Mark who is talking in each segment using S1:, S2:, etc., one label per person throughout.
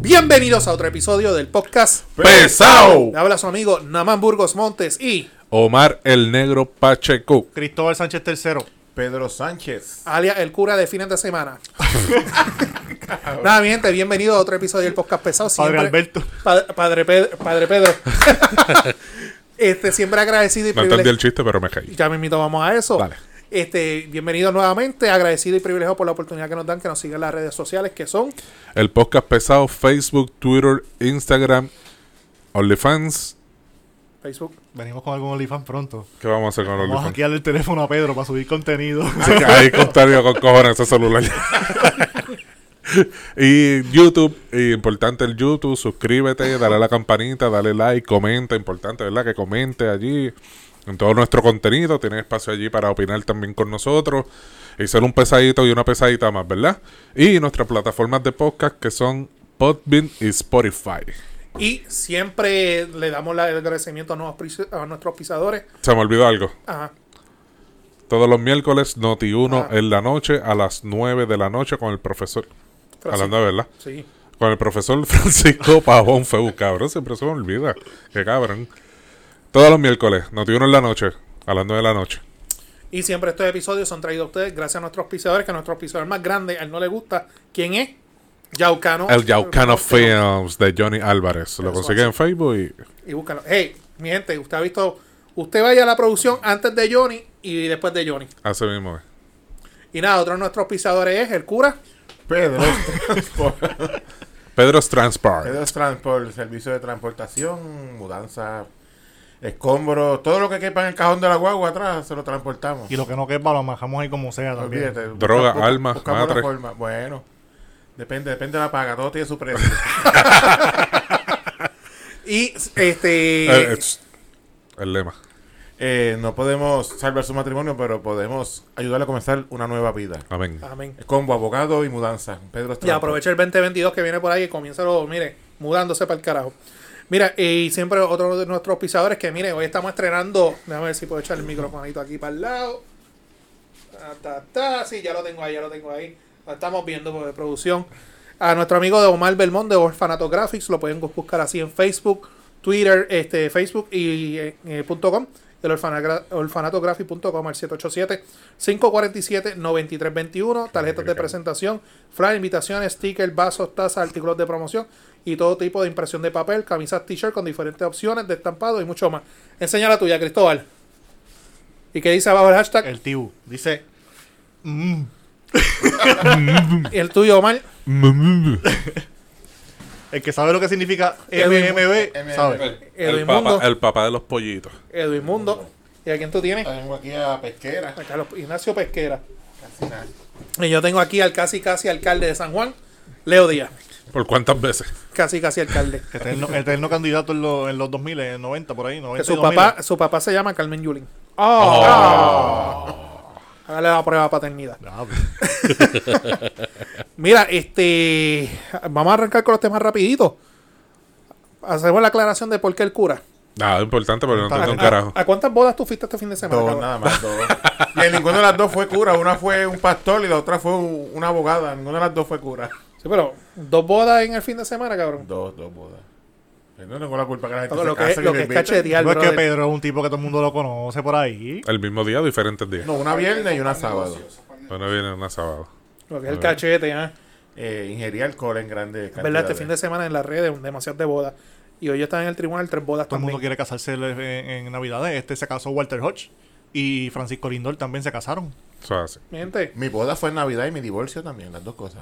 S1: Bienvenidos a otro episodio del podcast.
S2: ¡Pesado!
S1: Le habla su amigo Namán Burgos Montes y
S2: Omar el Negro Pacheco.
S3: Cristóbal Sánchez III.
S4: Pedro Sánchez.
S1: alias el cura de fines de semana. Nada, mi gente, bienvenido a otro episodio del podcast pesado.
S3: Padre Alberto.
S1: Padre, Padre Pedro. Padre Pedro. este, siempre agradecido y
S2: No entendí el
S1: privilegiado.
S2: chiste, pero me caí.
S1: Ya mismito vamos a eso.
S2: Dale.
S1: Este, bienvenido nuevamente, agradecido y privilegiado por la oportunidad que nos dan que nos sigan en las redes sociales que son
S2: El podcast pesado, Facebook, Twitter, Instagram, OnlyFans.
S1: Facebook.
S3: Venimos con algún OnlyFans pronto.
S2: ¿Qué vamos a hacer con
S3: Vamos a
S2: OnlyFans?
S3: hackearle el teléfono a Pedro para subir contenido.
S2: Ahí contrario con cojones ese celular. y YouTube, y importante el YouTube, suscríbete, dale a la campanita, dale like, comenta, importante, ¿verdad? Que comente allí. En todo nuestro contenido, tienes espacio allí para opinar también con nosotros y ser un pesadito y una pesadita más, ¿verdad? Y nuestras plataformas de podcast que son Podbean y Spotify.
S1: Y siempre le damos la- el agradecimiento a, nuevos pris- a nuestros pisadores.
S2: Se me olvidó algo.
S1: Ajá.
S2: Todos los miércoles, Noti1
S1: Ah.
S2: en la noche a las 9 de la noche con el profesor. A las
S1: Francisco.
S2: 9, ¿verdad?
S1: Sí.
S2: Con el profesor Francisco Pavón Feu, cabrón, siempre se me olvida. Qué cabrón. Todos los miércoles, Noti1 en la noche, a las 9 de la noche.
S1: Y siempre estos episodios son traídos a ustedes gracias a nuestros auspiciadores, que nuestro auspiciador más grande, a él no le gusta. ¿Quién es? Yaucano.
S2: El Yaucano Films de Johnny Álvarez. Lo
S1: Eso
S2: consigue
S1: hace.
S2: en Facebook y
S1: Y búscalo. Hey, mi gente, usted ha visto. Usted vaya a la producción antes de Johnny y después de Johnny.
S2: hace mismo.
S1: Y nada, otro de nuestros auspiciadores es el cura.
S4: Pedro.
S2: Pedro's Transpar. Eh,
S4: Pedro Transport, servicio de transportación, mudanza, escombros, todo lo que quepa en el cajón de la guagua atrás se lo transportamos.
S3: y lo que no quepa lo majamos ahí como sea también.
S4: Olvídate.
S2: Droga,
S4: busca-
S2: alma,
S4: buscamos la
S2: madre.
S4: forma. Bueno, depende, depende de la paga, todo tiene su precio.
S1: Y este.
S2: Eh, es- el lema.
S4: Eh, no podemos salvar su matrimonio, pero podemos ayudarle a comenzar una nueva vida.
S2: Amén.
S1: amén.
S4: Combo, abogado y mudanza. Pedro
S1: Y
S4: Transport.
S1: aprovecha el 2022 que viene por ahí y comienza, mire, mudándose para el carajo. Mira, y siempre otro de nuestros pisadores que, mire, hoy estamos estrenando. Déjame ver si puedo echar el microfonito aquí para el lado. Ta, Ah, ta, ta. Sí, ya lo tengo ahí, ya lo tengo ahí. Lo estamos viendo por de producción. A nuestro amigo de Omar Belmont de Orfanato Graphics. Lo pueden buscar así en Facebook, Twitter, este, Facebook y eh, eh, punto .com. El orfanagra- orfanatographic.com al 787-547-9321. Tarjetas de presentación, flyers, invitaciones, stickers, vasos, tazas, artículos de promoción y todo tipo de impresión de papel, camisas, t-shirt con diferentes opciones de estampado y mucho más. Enseña la tuya, Cristóbal. ¿Y qué dice abajo el hashtag?
S3: El Tibu. Dice. "Mm".
S1: Y el tuyo, Omar.
S3: El que sabe lo que significa
S1: Edwin.
S4: Eh,
S3: MMB, sabe.
S2: El
S1: Edwin Mundo.
S2: papá, el papá de los pollitos.
S1: Edwin Mundo. ¿Y a quién tú tienes?
S4: Tengo aquí a Pesquera.
S1: A Carlos Ignacio Pesquera.
S4: Casi nada.
S1: Y yo tengo aquí al casi casi alcalde de San Juan, Leo Díaz.
S2: ¿Por cuántas veces?
S1: Casi casi alcalde.
S3: Eterno, eterno candidato en, los- en los 2000, en 90, por ahí. 90
S1: Que
S3: y
S1: su
S3: 2000.
S1: papá, su papá se llama Carmen Yulín.
S4: Oh,
S1: Ah. Hágale la prueba de paternidad.
S3: Ah,
S4: pues.
S1: Mira, este. Vamos a arrancar con los temas rapidito. Hacemos la aclaración de por qué el cura.
S2: Nada, importante, pero no
S1: ¿A,
S2: tengo un
S1: a-
S2: carajo.
S1: a cuántas bodas tú fuiste este fin de semana?
S4: Dos,
S1: cabrón?
S4: nada más, dos. Y en ninguna de las dos fue cura. Una fue un pastor y la otra fue un- una abogada. Ninguna de las dos fue cura.
S1: Sí, pero dos bodas en el fin de semana, cabrón.
S4: Dos, dos bodas. Yo no tengo la culpa que la gente
S1: Lo
S4: se
S1: que, es-
S4: case
S1: lo que es
S4: invite.
S1: cachetear,
S3: no es que
S1: brother.
S3: Pedro es un tipo que todo el mundo lo conoce por ahí.
S2: El mismo día, diferentes días.
S4: No, una viernes y una sábado.
S2: Bueno, viene una sábado.
S1: Lo que es el cachete, ¿ah?
S4: Eh, ingerir alcohol en grandes
S1: ¿Verdad? Este
S4: cantidades.
S1: fin de semana en las redes, demasiadas de bodas. Y hoy yo estaba en el tribunal, tres bodas
S3: Todo el mundo
S1: también.
S3: quiere casarse en, en Navidades. Este se casó Walter Hodge y Francisco Lindor también se casaron.
S2: Eso es así.
S1: Mi gente,
S4: Mi boda fue en Navidad y mi divorcio también, las dos cosas.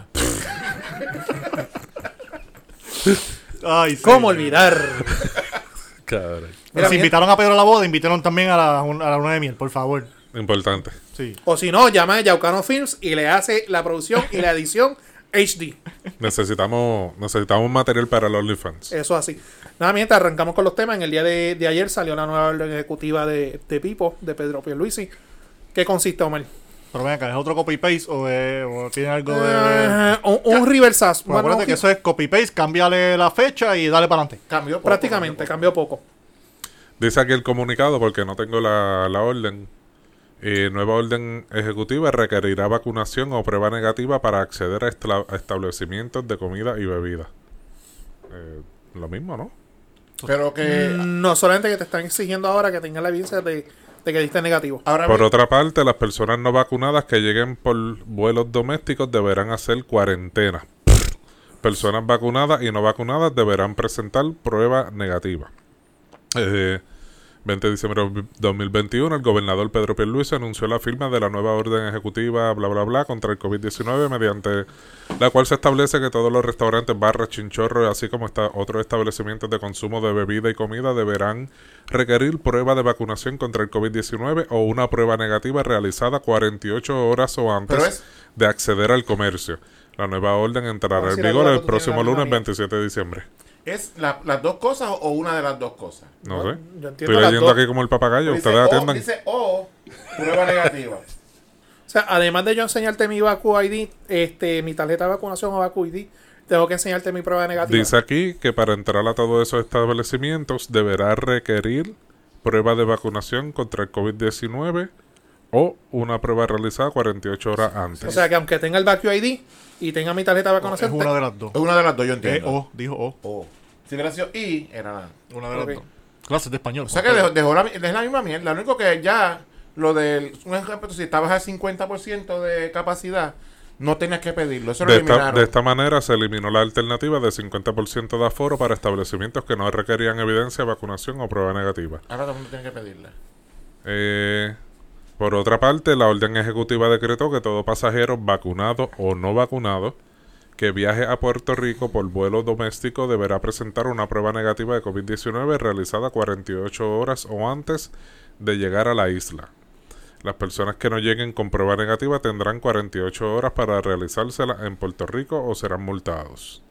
S3: Ay, sí.
S1: ¿cómo olvidar?
S2: Cabrón.
S1: Mira,
S3: si
S1: mi gente,
S3: invitaron a Pedro a la boda, invitaron también a la, un- a la luna de miel, por favor.
S2: Importante.
S3: Sí.
S1: o si no, llama a Yaucano Films y le hace la producción y la edición HD.
S2: Necesitamos, necesitamos material para los OnlyFans.
S1: Eso así. Nada, mi gente, arrancamos con los temas. En el día de, de ayer salió la nueva orden ejecutiva de, de Pipo, de Pedro Pierluisi. ¿Qué consiste, Omar?
S3: Pero ven acá, ¿es otro copy-paste o, es- o tiene algo de...?
S1: Eh, un un reversazo.
S3: Pues
S1: Bueno,
S3: acuérdate
S1: un-
S3: que eso es copy-paste, cámbiale la fecha y dale para adelante.
S4: Cambió poco,
S1: prácticamente, cambió
S4: cambió
S1: poco.
S2: Dice aquí el comunicado porque no tengo la, la orden. Eh, nueva orden ejecutiva requerirá vacunación o prueba negativa para acceder a, estla- a establecimientos de comida y bebida. eh, lo mismo, ¿no?
S4: Pero que
S1: Mm, No solamente que te están exigiendo ahora que tengas la evidencia de, de que diste negativo.
S4: ahora
S2: Por
S4: mi-
S2: otra parte, las personas no vacunadas que lleguen por vuelos domésticos deberán hacer cuarentena. Personas vacunadas y no vacunadas deberán presentar prueba negativa. Eh, 20 de diciembre de 2021, el gobernador Pedro Pierluisi anunció la firma de la nueva orden ejecutiva, bla, bla, bla, contra el COVID-19, mediante la cual se establece que todos los restaurantes, barras, chinchorros, así como esta- otros establecimientos de consumo de bebida y comida deberán requerir prueba de vacunación contra el COVID-19 o una prueba negativa realizada 48 horas o
S4: Pero
S2: antes
S4: es-
S2: de acceder al comercio. La nueva orden entrará
S1: Vamos a
S2: en
S1: ir a
S2: vigor
S1: Cuba, tú
S2: el
S1: tienes la
S2: próximo
S1: misma
S2: lunes
S1: mía.
S2: 27 de diciembre.
S4: ¿es la- las dos cosas o una de las dos cosas?
S2: No
S1: Yo
S2: sé.
S1: entiendo
S2: Estoy
S1: las
S2: leyendo
S1: dos.
S2: aquí como el papagayo.
S4: Dice
S2: Ustedes
S4: o,
S2: atiendan.
S4: dice o prueba negativa.
S1: O sea, además de yo enseñarte mi Vacu ID, este, mi tarjeta de vacunación o Vacu ID, tengo que enseñarte mi prueba negativa.
S2: Dice aquí que para entrar a todos esos establecimientos deberá requerir prueba de vacunación contra el COVID-19 o una prueba realizada 48 horas antes.
S1: o sea, que aunque tenga el Vacu ID y tenga mi tarjeta de
S3: Es
S1: vacunación,
S3: una de las dos.
S4: Es una de las dos, yo
S3: Eh,
S4: entiendo.
S3: o, dijo O.
S4: O. Si hubiera sido I, era la.
S3: Una de las
S1: Ok.
S3: dos. Clases de español.
S4: O sea que dejó, dejó la, es la misma mierda. Lo único que ya, lo del. Un ejemplo, si estabas al 50% de capacidad, no tenías que pedirlo. Eso lo
S2: De esta,
S4: eliminaron.
S2: de esta manera se eliminó la alternativa de 50% de aforo para establecimientos que no requerían evidencia de vacunación o prueba negativa.
S4: Ahora todo el mundo tiene que pedirla.
S2: Eh, por otra parte, la orden ejecutiva decretó que todo pasajero vacunado o no vacunado que viaje a Puerto Rico por vuelo doméstico deberá presentar una prueba negativa de COVID-19 realizada 48 horas o antes de llegar a la isla. Las personas que no lleguen con prueba negativa tendrán 48 horas para realizársela en Puerto Rico o serán multados.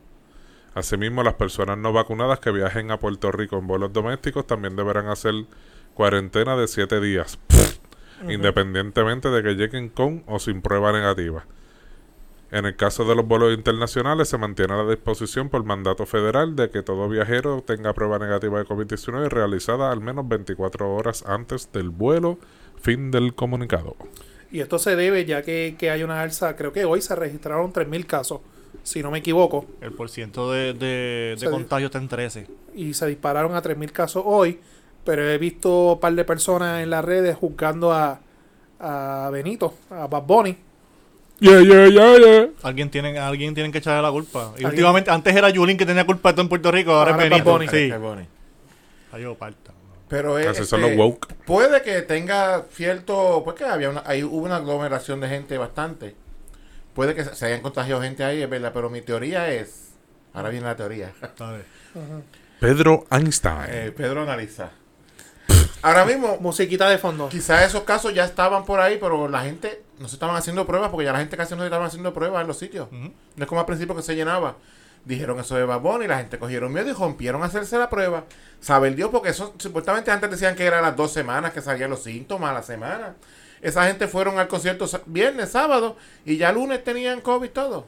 S2: Asimismo, las personas no vacunadas que viajen a Puerto Rico en vuelos domésticos también deberán hacer cuarentena de 7 días, independientemente de que lleguen con o sin prueba negativa. En el caso de los vuelos internacionales, se mantiene la disposición por mandato federal de que todo viajero tenga prueba negativa de COVID-19 realizada al menos 24 horas antes del vuelo. Fin del comunicado.
S1: y esto se debe ya que, que hay una alza, creo que hoy se registraron 3.000 casos, si no me equivoco,
S3: El porciento de, de, de
S1: sea,
S3: contagio está en 13.
S1: y se dispararon a 3.000 casos hoy, pero he visto un par de personas en las redes juzgando a, a Benito, a Bad Bunny.
S2: Yeah, yeah, yeah, yeah.
S3: Alguien tienen, a alguien tienen que echarle la culpa. Y
S1: Alguien-
S3: últimamente, antes era Yulín que tenía culpa de todo en Puerto Rico, ahora,
S1: Ahora es
S3: es Benito.
S1: Bad Bunny.
S3: Sí.
S4: Qué bonito.
S3: Cayó parta.
S4: Pero es,
S2: Así son
S4: este,
S2: los woke.
S4: Puede que tenga cierto, pues que había una, ahí hubo una aglomeración de gente bastante. Puede que se se hayan contagiado gente ahí, es verdad, pero mi teoría es, ahora viene la teoría,
S3: Dale.
S2: Pedro Einstein.
S4: Eh, Pedro analiza. Ahora mismo,
S1: Musiquita de fondo.
S4: quizás esos casos ya estaban por ahí, pero la gente no se estaban haciendo pruebas, porque ya la gente casi no se estaban haciendo pruebas en los sitios.
S3: Ujú.
S4: No es como al principio que se llenaba. Dijeron eso de Babón y la gente cogieron miedo y rompieron a hacerse la prueba. Sabe el Dios, porque eso supuestamente antes decían que eran las dos semanas que salían los síntomas a la semana. Esa gente fueron al concierto sa- viernes, sábado y ya lunes tenían COVID todo.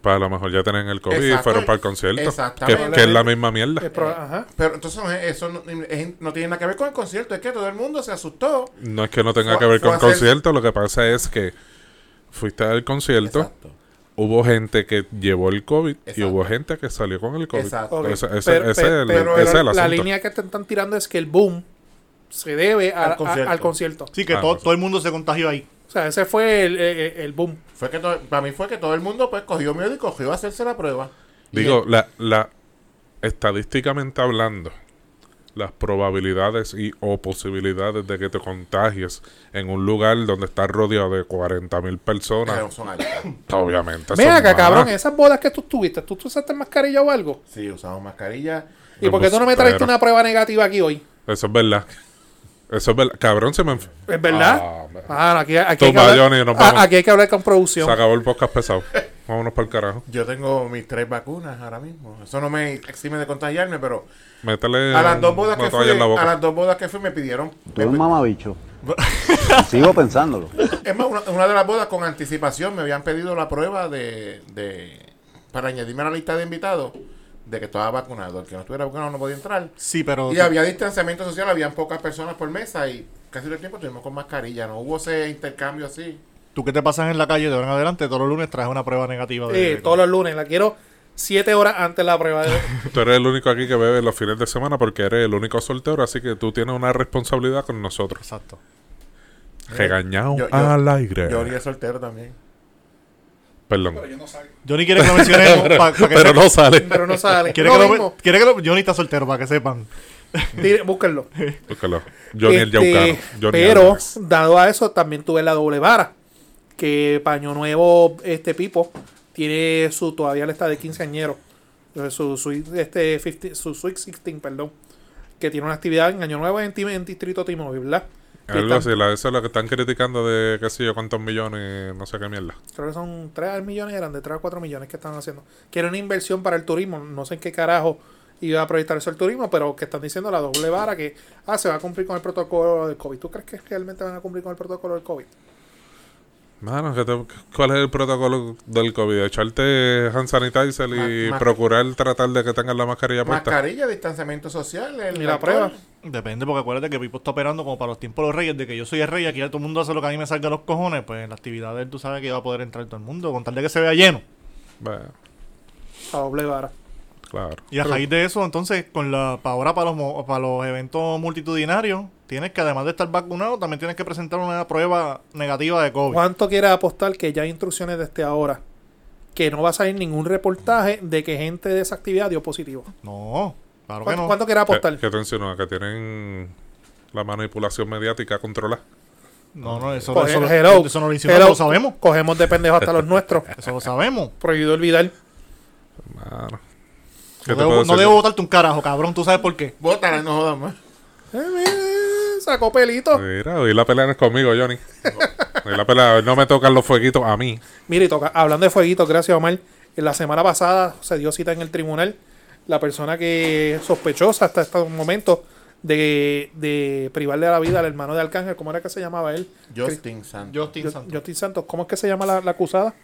S2: Para lo mejor ya tenían el COVID y
S4: Exacto.
S2: fueron para el concierto. Que,
S4: Exactamente.
S2: que es la misma mierda.
S1: Es pro- ajá.
S4: Eh, Pero entonces no es- eso no, es- no tiene nada que ver con el concierto, es que todo el mundo se asustó.
S2: No es que no tenga
S4: Fue-
S2: que ver
S4: fue
S2: con
S4: a hacer-
S2: concierto, lo que pasa es que fuiste al concierto,
S4: Exacto.
S2: hubo gente que llevó el COVID y
S4: Exacto.
S2: hubo gente que salió con el COVID.
S4: Exacto.
S1: Ok.
S2: Ese, ese-
S1: Pero-
S2: ese
S1: pero-
S2: es el,
S1: pero
S2: ese es el
S1: la- la
S2: asunto.
S1: línea que te están tirando es que el boom se debe a- a-
S4: Al
S1: al, concierto.
S4: concierto.
S3: Sí, que
S2: Ah,
S3: todo,
S2: no sé.
S3: todo el mundo se contagió ahí.
S1: O sea, ese fue el, el- el boom.
S4: Fue que todo- para mí fue que todo el mundo pues cogió miedo y cogió a hacerse la prueba.
S2: Digo, la, la- estadísticamente hablando, las probabilidades y o posibilidades de que te contagies en un lugar donde estás rodeado de 40.000
S4: Y-
S2: personas,
S4: son altas.
S2: obviamente.
S1: Mira
S2: son
S1: acá,
S2: más.
S1: cabrón, eh. esas bodas que tú tuviste, ¿tú, tú usaste mascarilla o algo?
S4: Sí, usamos mascarilla.
S1: ¿Y por qué tú no me trajiste una prueba negativa aquí hoy?
S2: Eso es verdad. Eso es verdad. Cabrón, se me... enf-
S1: ¿Es verdad?
S2: Ah, man.
S1: Ah, no, aquí, aquí, hay que
S2: Tumba,
S1: hablar,
S2: Johnny, nos
S1: ah,
S2: vamos.
S1: aquí hay que hablar con producción.
S2: Se acabó el podcast pesado. Vámonos para el carajo.
S4: Yo tengo mis tres vacunas ahora mismo. Eso no me exime de contagiarme, pero
S2: Métele
S4: a las dos
S2: un-
S4: bodas
S2: una
S4: que
S2: toalla
S4: fui,
S2: en la boca.
S4: a las dos bodas que fui me pidieron.
S5: Tú eres un mamabicho. Sigo pensándolo.
S4: Es más, una, una de las bodas con anticipación me habían pedido la prueba de, de- para añadirme a la lista de invitados de que estaba vacunado. El que no estuviera vacunado no podía entrar.
S3: Sí, pero.
S4: Y había distanciamiento social, habían pocas personas por mesa y casi todo el tiempo estuvimos con mascarilla. No hubo ese intercambio así.
S3: Tú que te pasas en la calle de ahora en adelante, todos los lunes traes una prueba negativa.
S1: Eh,
S3: De,
S1: todos los lunes, la quiero siete horas antes de la prueba. De...
S2: Tú eres el único aquí que bebe los fines de semana porque eres el único soltero, así que tú tienes una responsabilidad con nosotros.
S3: Exacto.
S2: Regañado
S4: Eh, Yo- yo-
S2: al aire.
S4: Yo haría soltero también.
S2: Perdón.
S3: Johnny quiere que lo mencionemos
S2: Pero,
S3: pa- pa que
S2: pero
S3: sepan.
S2: no sale.
S1: Pero no sale.
S3: Quiere
S1: Lo
S3: que lo-
S1: mismo.
S3: quiere que lo- Johnny está soltero, para que sepan.
S1: Tire- búsquenlo.
S2: Búscalo. Johnny el
S1: Este,
S2: Yaucano. Johnny
S1: pero,
S2: Álvarez.
S1: dado a eso, también tuve la doble vara. Que Paño Nuevo, este Pipo, tiene su, todavía le está de quinceañero. eh, Su, su, este, 50 su Sweet 16, perdón. Que tiene una actividad en Año Nuevo en, Tim- en Distrito Timovi, ¿verdad?
S4: este,
S1: Y
S2: Algo
S1: están-
S2: así, la, eso es lo que están criticando de qué sé yo cuántos millones, no sé qué mierda.
S1: Creo que son 3 millones, eran de 3 a 4 millones que están haciendo. Que era una inversión para el turismo. No sé en qué carajo iba a proyectar eso el turismo, pero que están diciendo la doble vara que ah, se va a cumplir con el protocolo del COVID. ¿Tú crees que realmente van a cumplir con el protocolo del COVID?
S2: Mano, ¿qué te- ¿cuál es el protocolo del COVID? Echarte hand sanitizer y
S4: Ma- ma-
S2: procurar tratar de que tengan la mascarilla puesta.
S4: Mascarilla, distanciamiento social. el
S1: Y la
S4: alcohol.
S1: prueba.
S3: Depende, porque acuérdate que Pipo está operando como para los tiempos de los reyes, de que yo soy el rey, aquí ya todo el mundo hace lo que a mí me salga a los cojones, pues en la actividad de él tú sabes que va a poder entrar todo el mundo, con tal de que se vea lleno.
S2: Bueno,
S1: La doble vara.
S2: claro.
S3: Y a raíz de eso, entonces, con la para ahora para los, mo- para los eventos multitudinarios, tienes que además de estar vacunado, también tienes que presentar una prueba negativa de COVID.
S1: ¿Cuánto quieres apostar que ya hay instrucciones desde ahora? Que no va a salir ningún reportaje de que gente de esa actividad dio positivo.
S3: No, claro que
S1: ¿Cuánto,
S3: no. Eh,
S1: cuánto quieres apostar?
S2: Eh, ¿Qué, qué te insinúa? Que tienen la manipulación mediática controlada.
S3: No, no, eso,
S1: Coge-
S3: eso-
S1: Pues, eh, hello,
S3: eso no lo hicimos,
S1: hello.
S3: lo sabemos.
S1: Cogemos de pendejo hasta los nuestros.
S3: Eso lo sabemos.
S1: Prohibido olvidar. Eh,
S2: Mano. ¿Qué te
S3: No
S2: puedo
S3: debo, no
S2: decir?
S3: debo votarte un carajo, cabrón, tú sabes por qué.
S4: Bótala, no jodas más.
S1: Eh, mira, sacó pelito.
S2: Mira, hoy la pelea no es conmigo, Johnny. Hoy la pelea, hoy no me tocan los fueguitos a mí.
S1: Mire, toca, hablando de fueguito, gracias Omar. En La semana pasada se dio cita en el tribunal la persona que sospechosa hasta este momento de, de privarle la vida al hermano de Arcángel, ¿cómo era que se llamaba él?
S4: Justin Santos.
S3: Justin
S1: Yo-
S3: Santos.
S1: Justin Santos, ¿cómo es que se llama la, la acusada?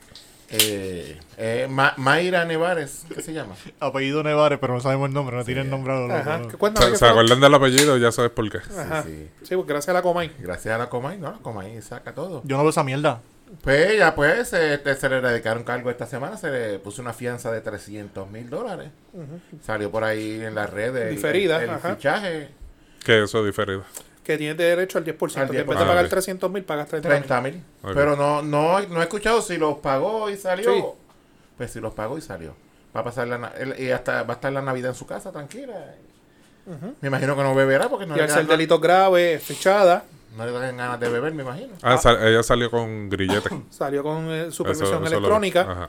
S4: Eh, eh, Ma- Mayra Nevares, ¿qué se llama?
S3: Apellido Nevares, pero no sabemos el nombre, no tiene el nombre. no,
S1: Ajá,
S3: no, no.
S1: que cuéntame
S2: Se,
S1: qué
S2: se
S1: fue lo-
S2: acuerdan del apellido, ya sabes por qué.
S1: Ajá.
S4: Sí,
S1: Sí, pues gracias a la Comay.
S4: sí. Gracias a la Comay, no, la Comay saca todo.
S3: Yo no veo esa mierda.
S4: Pues ya pues, este, se le erradicaron cargo esta semana, se le puso una fianza de 300 mil dólares. Salió por ahí en las redes. el-
S1: Diferida,
S4: El, el
S1: ajá.
S4: fichaje,
S2: Que eso es diferido.
S1: Que tiene derecho al 10%.
S4: Al
S1: que en vez
S4: 10%.
S1: de
S2: Ah,
S1: pagar
S2: ok.
S1: 300 mil, pagas 30 mil.
S4: 30 mil.
S2: Ok.
S4: Pero no, no, no he escuchado si los pagó y salió.
S1: Sí.
S4: Pues si los pagó y salió. Va a pasar la, na- el- y hasta va a estar la Navidad en su casa, tranquila. Me imagino que no beberá porque no
S1: Y
S4: le,
S1: al ser
S4: dan, no,
S1: delitos graves, fichada,
S4: le dan ganas de beber, me imagino.
S2: Ah, sal- ella salió con grillete.
S1: salió con eh,
S2: Eso-
S1: supervisión
S2: eso lo vi.
S1: electrónica.
S2: Ajá.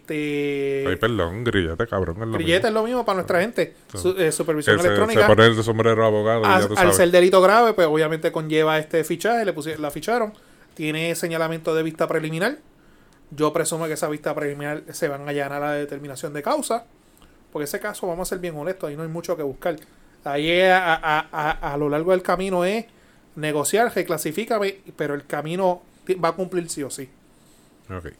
S1: Este.
S2: Ay, perdón, grillete, cabrón. Es lo
S1: Grillete es
S2: mismo.
S1: lo mismo para nuestra gente. Su- eh,
S2: Que
S1: supervisión
S2: se,
S1: electrónica.
S2: se pone el sombrero de abogado. y
S1: Al-
S2: ya tú
S1: al
S2: sabes.
S1: ser delito grave, pues obviamente conlleva este fichaje, le pusi- la ficharon. Tiene señalamiento de vista preliminar. Yo presumo que esa vista preliminar se van a llegar a la determinación de causa. Porque ese caso, vamos a ser bien honestos, ahí no hay mucho que buscar. Ahí es a, a- a- a lo largo del camino es negociar, reclasifícame, pero el camino ti- va a cumplir sí o sí.
S2: Ok.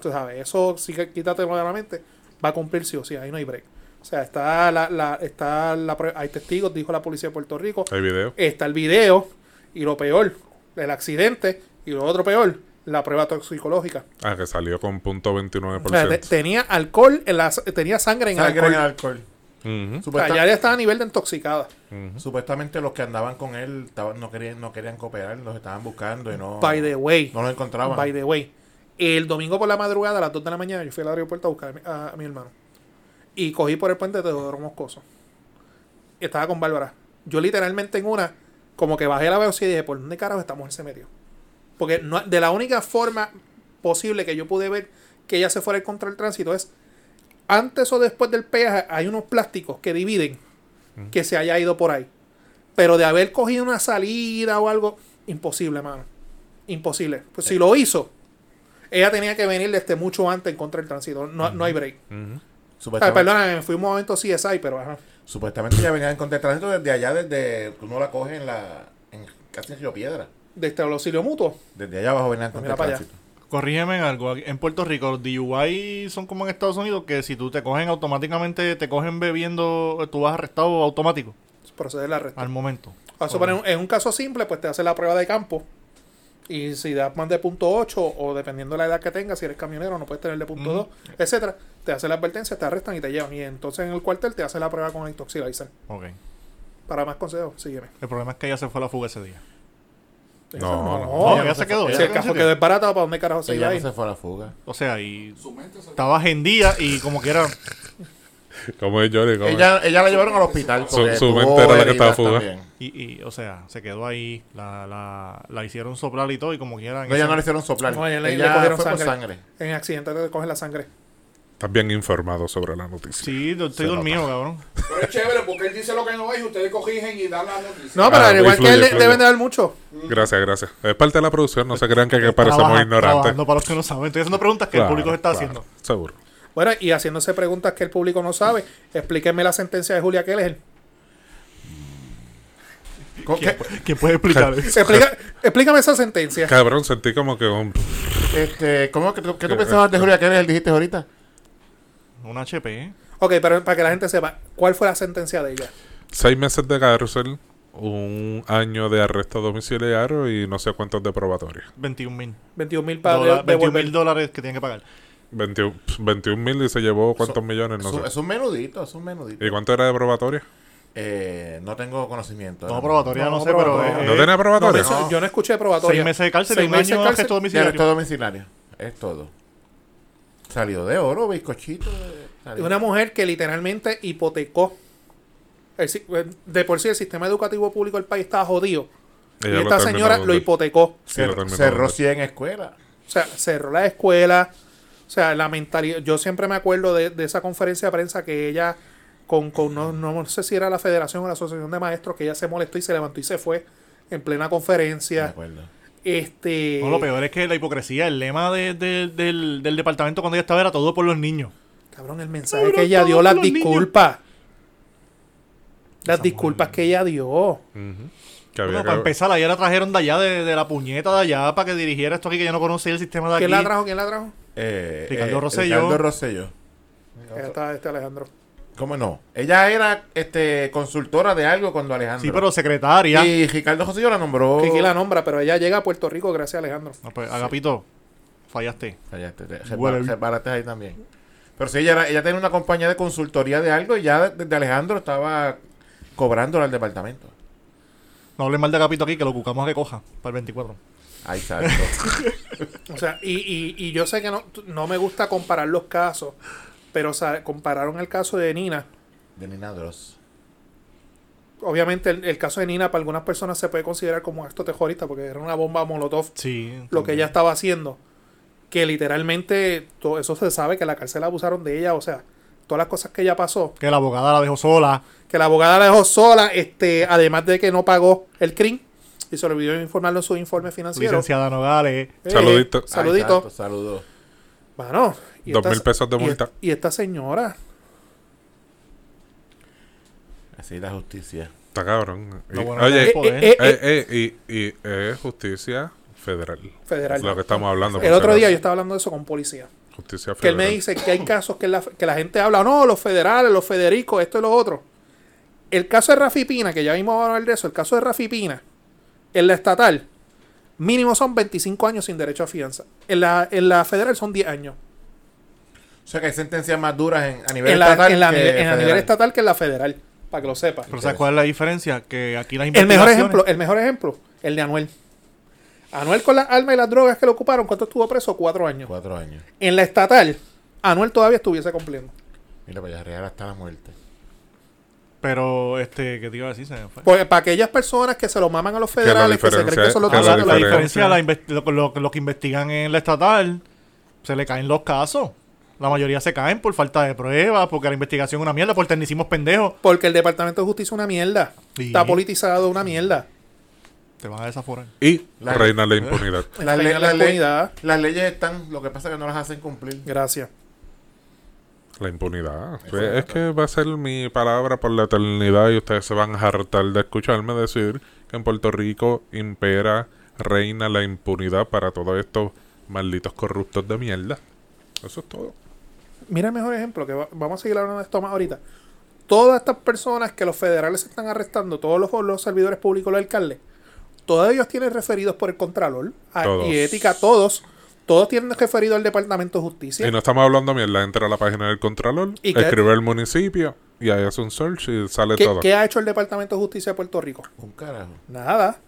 S1: Tú sabes, eso sí que quítatelo de la mente, va a cumplir sí o sí, ahí no hay break. O sea, está la, la- está la prue- hay testigos, dijo la policía de Puerto Rico,
S2: Hay video.
S1: está el video y lo peor, el accidente y lo otro peor, la prueba toxicológica.
S2: Ah, que salió con punto
S1: O sea, te-
S2: 29%.
S1: tenía alcohol, en la, tenía sangre en
S4: Sangre
S1: el
S4: en el
S1: alcohol.
S4: alcohol.
S2: Ujú.
S1: O sea,
S4: Supuesta-
S1: ya ya estaba a nivel de intoxicada.
S4: Supuestamente los que andaban con él estaban- no, querían, no querían cooperar, los estaban buscando y no,
S1: By the way.
S4: no los encontraban.
S1: By the way, el domingo por la madrugada, a las 2 de la mañana, yo fui al aeropuerto a buscar a mi, a mi hermano. Y cogí por el puente de Teodoro Moscoso. Y Estaba con Bárbara. Yo literalmente en una, como que bajé la velocidad y dije, ¿por dónde carajo esta mujer se metió? Porque no, de la única forma posible que yo pude ver que ella se fuera contra el tránsito es antes o después del peaje hay unos plásticos que dividen que se haya ido por ahí. Pero de haber cogido una salida o algo, imposible, mano. Imposible. Pues si lo hizo, ella tenía que venir desde mucho antes en contra del tránsito. No, no hay break. Ah,
S4: Supuestamente,
S1: perdóname, me fui un momento CSI, pero ajá.
S4: supuestamente ya venían con tránsito desde allá, desde tú no la coges en la, en, casi en Río Piedra.
S1: Desde el auxilio mutuo.
S4: Desde allá abajo venían con
S1: Mira para allá.
S4: tránsito.
S3: Corrígeme en algo. aquí- En Puerto Rico, los DUI son como en Estados Unidos, que si tú te cogen automáticamente, te cogen bebiendo, tú vas arrestado automático
S1: Procede el arresto.
S3: al momento.
S1: Ah, Vamos a suponer, en un caso simple, pues te hace la prueba de campo. Y si das más de punto 8 o dependiendo de la edad que tengas, si eres camionero no puedes tener de punto 2, etcétera, te hacen la advertencia, te arrestan y te llevan. Y entonces en el cuartel te hacen la prueba con el Toxilizer.
S3: Ok.
S1: Para más consejos, sígueme.
S3: El problema es que ella se fue a la fuga ese día.
S2: No, no.
S3: No,
S1: ella
S3: ella se quedó.
S1: Si
S3: ella
S1: el
S3: se
S1: caso
S3: quedó.
S1: quedó desbaratado, ¿para dónde carajo se iba
S4: Ella
S1: a
S4: no
S1: ir?
S4: se fue a la fuga.
S3: O sea, y estaba agendía y como que era...
S2: Como es Johnny, como
S4: Ella, ella la llevaron al hospital.
S2: Su-
S4: porque
S2: su
S4: tuvo
S2: mente era la que estaba
S4: heridas
S2: fuga.
S4: también.
S3: Y, y, o sea, se quedó ahí, la, la, la hicieron soplar y todo, y como quieran.
S4: No, ella no le hicieron soplar.
S1: No,
S4: ella
S1: ella le- le cogieron
S4: fue por
S1: sangre.
S4: sangre.
S1: En accidente te cogen la sangre.
S2: Estás bien informado sobre la noticia.
S3: Sí, do- estoy
S2: Se
S3: dormido, cabrón.
S6: Pero es chévere porque él dice lo que no es y ustedes cogigen y dan la noticia.
S1: No, pero
S2: Ah,
S1: al igual
S2: influye,
S1: que él
S2: influye.
S1: deben de dar mucho.
S2: Gracias, gracias. Es parte de la producción, no se crean que, que parecemos
S3: Trabaja-
S2: ignorantes.
S3: trabajando para los que no saben. Estoy haciendo preguntas que el
S2: Claro,
S3: público se está
S2: claro,
S3: haciendo.
S2: Seguro.
S1: Bueno, y haciéndose preguntas que el público no sabe, explíquenme la sentencia de Julia Keller.
S4: ¿Con qué?
S3: ¿Quién puede explicar?
S1: Explica- explícame esa sentencia.
S2: Cabrón, sentí como que un...
S4: Este, ¿cómo, que tú- ¿Qué tú pensabas de Julia Keller? Dijiste ahorita.
S3: Un HP, ¿eh?
S1: Ok, pero para que la gente sepa, ¿cuál fue la sentencia de ella?
S2: seis meses de cárcel, un año de arresto domiciliario y no sé cuántos de probatoria.
S3: 21 mil
S1: 21 mil para devolver.
S3: dólares que tienen que pagar.
S1: Eh.
S2: 21 mil y se llevó cuántos
S4: Eso-
S2: millones, no
S4: es, un,
S2: sé.
S4: es un menudito, es un menudito.
S2: ¿Y cuánto era de probatoria?
S4: Eh, no tengo conocimiento.
S3: No, probatoria no,
S1: No,
S3: sé, pero...
S1: probatoria.
S3: eh,
S2: ¿No tenía probatoria?
S1: Eso, Yo no escuché de probatoria.
S3: Seis meses de cárcel y
S1: Seis
S3: un año de arresto
S4: De
S3: domiciliario.
S4: arresto domiciliario. Es todo. Salió de oro, bizcochito. eh,
S1: de
S4: salió.
S1: una mujer que literalmente hipotecó. el si- eh, de por sí, el sistema educativo público del país estaba jodido.
S2: Ella
S1: y
S2: lo
S1: esta
S2: terminó
S1: señora
S2: de-
S1: lo hipotecó.
S2: Sí, lo
S4: Cer-
S2: terminó
S4: cerró
S2: de-
S4: 100 escuelas.
S1: O sea, cerró la escuela. O sea, la mentalidad. Yo siempre me acuerdo de, de esa conferencia de prensa que ella, con, con no, no sé si era la Federación o la Asociación de Maestros, que ella se molestó y se levantó y se fue en plena
S4: Me
S1: conferencia.
S4: acuerdo.
S1: Este.
S3: No, lo peor es que la hipocresía, el lema de- de- del, del departamento cuando ella estaba era todo por los niños.
S1: Cabrón, el mensaje
S3: Cabrón,
S1: que ella dio,
S3: todos
S1: las
S3: los niños.
S1: disculpas. Las disculpas que ella dio.
S2: Ujú. Que había
S3: Bueno, para
S2: que-
S3: empezar, allá la trajeron de allá, de, de la puñeta de allá, para que dirigiera esto aquí, que yo no conocía el sistema de aquí.
S1: ¿Quién la trajo? ¿Quién la trajo?
S4: Eh,
S3: Ricardo
S4: eh,
S3: Rosselló.
S4: Ricardo Rosselló.
S1: Ahí está este Alejandro.
S4: ¿Cómo no? Ella era este, consultora de algo cuando Alejandro.
S3: Sí, pero secretaria.
S4: Y Ricardo Rosselló la
S3: Oh.
S4: nombró.
S1: Kiki la nombra, pero ella llega a Puerto Rico gracias a Alejandro.
S3: No, pues, Agapito, fallaste.
S4: Cállate, te-
S3: Bueno,
S4: separa- sepárate ahí también. Pero sí, ella, era- ella tenía una compañía de consultoría de algo y ya desde Alejandro estaba cobrándola al departamento.
S3: No hables mal de Agapito aquí, que lo buscamos a que coja para el 24.
S4: Ahí salió.
S1: O sea, y, y- y yo sé que no, no me gusta comparar los casos, pero o sea, compararon el caso de Nina.
S4: de Nina Dross.
S1: Obviamente el, el caso de Nina para algunas personas se puede considerar como un acto terrorista porque era una bomba molotov
S3: Sí.
S1: lo que ella estaba haciendo. Que literalmente todo eso se sabe que la cárcel abusaron de ella, o sea, todas las cosas que ella pasó,
S3: Que la abogada la dejó sola.
S1: que la abogada la dejó sola, este, además de que no pagó el CRIM y se olvidó informarlo en su informe financiero.
S3: Licenciada Nogales.
S1: Eh,
S2: Saludito.
S1: Saludito.
S4: Ay, santo, Saludos.
S1: Mano,
S2: Dos
S1: esta-
S2: mil pesos de
S1: y
S2: multa.
S1: esta- Y, esta señora,
S4: Así la justicia.
S2: Está cabrón. Y-
S3: Lo bueno que
S2: oye,
S3: es
S2: eh,
S3: poder.
S1: Eh, eh,
S2: eh, y, y es justicia federal.
S1: Federal.
S2: Es lo que estamos hablando.
S1: el otro día yo estaba hablando de eso con un policía.
S2: Justicia federal.
S1: Que él me dice que hay casos que la, que la gente habla, no, los federales, los federicos, esto y lo otro. El caso de Rafi Pina, que ya mismo vamos a hablar de eso, el caso de Rafi Pina, en la estatal, mínimo son 25 años sin derecho a fianza. En la, en la federal son 10 años.
S4: O sea que hay sentencias más duras en, a nivel
S1: En la,
S4: estatal.
S1: en la-
S4: que
S1: en la
S4: federal.
S1: nivel estatal que en la federal, para que lo sepa.
S3: Pero ¿sabes cuál es la diferencia? Que aquí las
S1: El mejor
S3: investigaciones-
S1: ejemplo, el mejor ejemplo, el de Anuel. Anuel con las armas y las drogas que lo ocuparon, ¿cuánto estuvo preso? Cuatro años.
S4: Cuatro años.
S1: En la estatal, Anuel todavía estuviese cumpliendo.
S4: Mira, para allá real hasta la muerte.
S3: Pero, este, ¿qué te iba a decir? Se me fue.
S1: Porque Pues, para aquellas personas que se lo maman a los federales, que, se creen
S2: diferencia
S1: que eso es lo
S2: es-
S1: que
S2: que
S3: la,
S1: hacen,
S3: la
S1: la-
S3: diferencia, la inves- lo, lo- lo que investigan en la estatal, se le caen los casos. La mayoría se caen por falta de pruebas, porque la investigación es una mierda, por tecnicismos pendejos.
S1: Porque el Departamento de Justicia es una mierda.
S3: Sí.
S1: Está politizado una mierda.
S3: Te van a desaforar.
S2: Y
S4: La-
S2: reina la impunidad.
S1: La
S4: le-
S1: la
S4: le-
S1: impunidad.
S4: las leyes están, lo que pasa es que no las hacen cumplir.
S1: Gracias.
S2: La impunidad.
S4: Eso
S2: Pues
S4: es
S2: es que va a ser mi palabra por la eternidad y ustedes se van a hartar de escucharme decir que en Puerto Rico impera, reina la impunidad para todos estos malditos corruptos de mierda. Eso es todo.
S1: Mira el mejor ejemplo, que va- vamos a seguir hablando de esto más ahorita. Todas estas personas que los federales están arrestando, todos los, los servidores públicos, los alcaldes, todos ellos tienen referidos por el Contralor a-
S2: Todos.
S1: y Ética, todos. Todos tienen referido al Departamento de Justicia.
S2: Y no estamos hablando mierda. Entra a la página del Contralor,
S1: ¿Y qué?
S2: escribe el municipio y ahí hace un search y sale
S1: ¿Qué,
S2: todo.
S1: qué ha hecho el Departamento de Justicia de Puerto Rico?
S4: Un carajo.
S1: Nada.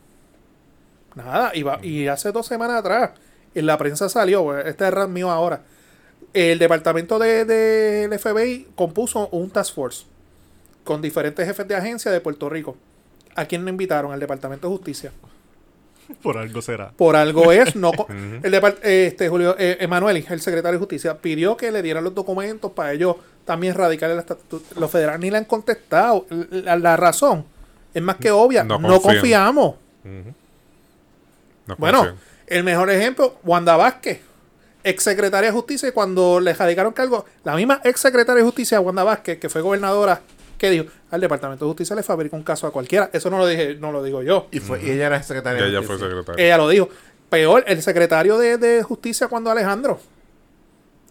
S1: Nada. Y, va- y hace dos semanas atrás, en la prensa salió, pues, este es rant mío ahora. El departamento del de, del FBI compuso un task force con diferentes jefes de agencia de Puerto Rico. ¿A quién no invitaron? Al Departamento de Justicia.
S3: Por algo será.
S1: Por algo es, no. co- el depart- este Julio eh, Emanueli, el secretario de Justicia, pidió que le dieran los documentos para ellos también radicar el estatuto. Los federales ni le han contestado. La, la razón es más que obvia.
S2: No
S1: No,
S2: confían.
S1: confiamos.
S2: No
S1: Bueno,
S2: confío.
S1: el mejor ejemplo, Wanda Vázquez, ex secretaria de justicia, y cuando le radicaron cargo, la misma ex secretaria de justicia, Wanda Vázquez, que fue gobernadora, que dijo, al Departamento de Justicia le fabrica un caso a cualquiera. Eso no lo dije, no lo digo yo.
S4: Y, fue, y ella era secretaria.
S2: ya
S4: de
S2: ella fue
S4: Justicia.
S2: secretaria.
S1: Ella lo dijo. Peor, el secretario de, de justicia cuando Alejandro.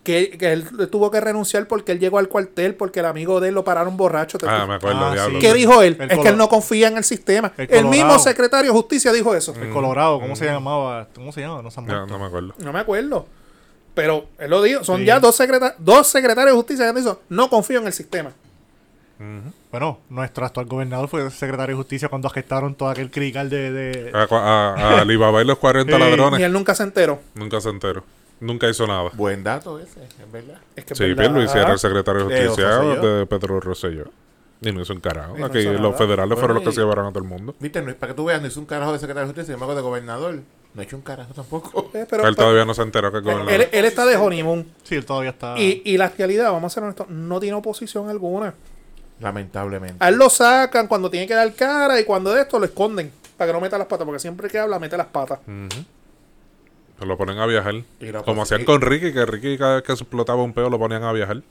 S1: Que, que él tuvo que renunciar porque él llegó al cuartel, porque el amigo de él lo pararon borracho. ¿te
S2: ah,
S1: acuerdas?
S2: me acuerdo,
S3: Ah,
S2: diablo.
S3: sí.
S1: ¿Qué dijo él?
S3: El
S1: es
S3: colo-
S1: que él no confía en el sistema.
S3: El
S1: El,
S3: colorado.
S1: mismo secretario de justicia dijo eso.
S3: El Colorado, ¿cómo se llamaba? ¿Cómo se llamaba? No se han
S2: Mm, Ya,
S3: muerto.
S2: no me acuerdo.
S1: No me acuerdo. Pero él lo dijo. Son
S3: Sí.
S1: ya dos, secreta- dos secretarios de justicia que han dicho, no confío en el sistema.
S3: Bueno, nuestro actual gobernador fue secretario de justicia cuando arrestaron todo aquel crical de.
S1: Eh.
S3: de-
S2: A, a, a Alibaba y los 40
S3: Sí.
S1: Y
S2: ladrones.
S1: él nunca se enteró.
S2: Nunca se enteró. Nunca hizo nada.
S4: Buen dato ese, es verdad.
S1: Es que es
S2: Sí,
S1: verdad.
S2: Pierluisi era el secretario de
S4: Eh,
S2: justicia
S4: Rosselló.
S2: de Pedro Rosselló. Y no hizo un carajo.
S1: Y no
S2: Aquí
S1: hizo
S2: los
S1: nada.
S2: federales fueron los que
S4: Bueno, y-
S2: se llevaron a todo el mundo.
S4: Viste, no, para que tú veas, no hizo un carajo de secretario de justicia, sin embargo, de gobernador. No ha hecho un carajo tampoco.
S1: Eh, pero-
S2: él todavía no se enteró que
S1: pero
S2: con
S1: él, él está de honeymoon.
S3: Sí, él todavía
S2: Ah.
S3: está.
S1: Y, y la realidad, vamos a ser honestos, no tiene oposición alguna.
S4: Lamentablemente.
S1: A él lo sacan cuando tiene que dar cara y cuando de esto lo esconden para que no meta las patas, porque siempre que habla mete las patas.
S2: lo ponen a viajar.
S4: Y la
S2: Como
S4: oposición-
S2: hacían con Ricky, que Ricky cada vez que se explotaba un peo lo ponían a viajar.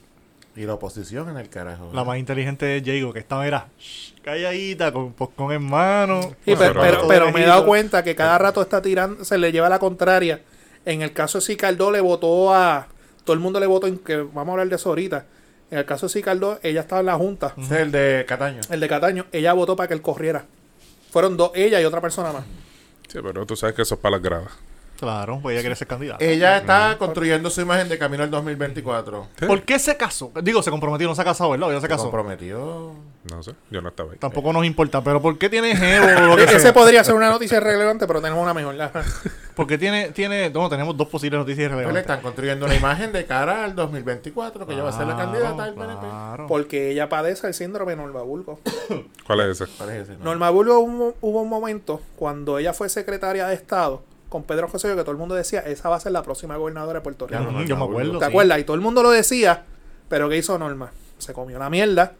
S4: Y la oposición en el carajo.
S3: La más inteligente es Jago, que esta era shh, calladita, con pues, con en mano.
S1: Y per-
S2: Bueno, pero- Ah.
S1: pero, pero, me he dado
S3: Todo
S1: cuenta que cada rato está tirando, se le lleva la contraria. En el caso de Sicardó le votó a. Todo el mundo le votó, en que vamos a hablar de eso ahorita. En el caso de Sicardó, ella estaba en la junta,
S2: Mm.
S4: Ese es el de Cataño.
S1: el de Cataño, ella votó para que él corriera. Fueron dos, ella y otra persona más.
S2: Sí, pero tú sabes que eso es para las gradas.
S3: Claro, pues ella quiere ser candidata.
S1: Eh,
S4: Ella está construyendo su imagen de camino al 2024.
S2: Sí,
S3: ¿Por qué se casó? Digo, se comprometió, no se ha casado, ¿verdad? Ya se
S4: Se
S3: casó.
S4: comprometió.
S2: No sé, yo no estaba ahí.
S3: Tampoco nos importa, pero ¿por qué tiene jevo o lo que
S1: Eh. Ese
S3: sea?
S1: podría ser una noticia relevante, pero tenemos una mejor. la-
S3: Porque tiene, tiene, no, tenemos dos posibles noticias
S4: Pues Le
S3: relevantes.
S4: están construyendo una imagen de cara al 2024, que ella va a ser la candidata del PNP.
S3: Ah, Claro.
S1: Porque ella padece el síndrome de Norma Bulgo.
S2: Ah. ¿Cuál es ese?
S4: ¿Cuál es ese? No.
S1: Norma Bulgo hubo, hubo un momento cuando ella fue secretaria de Estado con Pedro José, que todo el mundo decía, esa va a ser la próxima gobernadora de Puerto Rico.
S4: Ya no,
S3: Ujú,
S4: no,
S3: yo me
S4: no,
S3: acuerdo.
S1: ¿Te
S3: sí.
S1: acuerdas? Y todo el mundo lo decía, pero ¿qué hizo Norma? Se comió la mierda,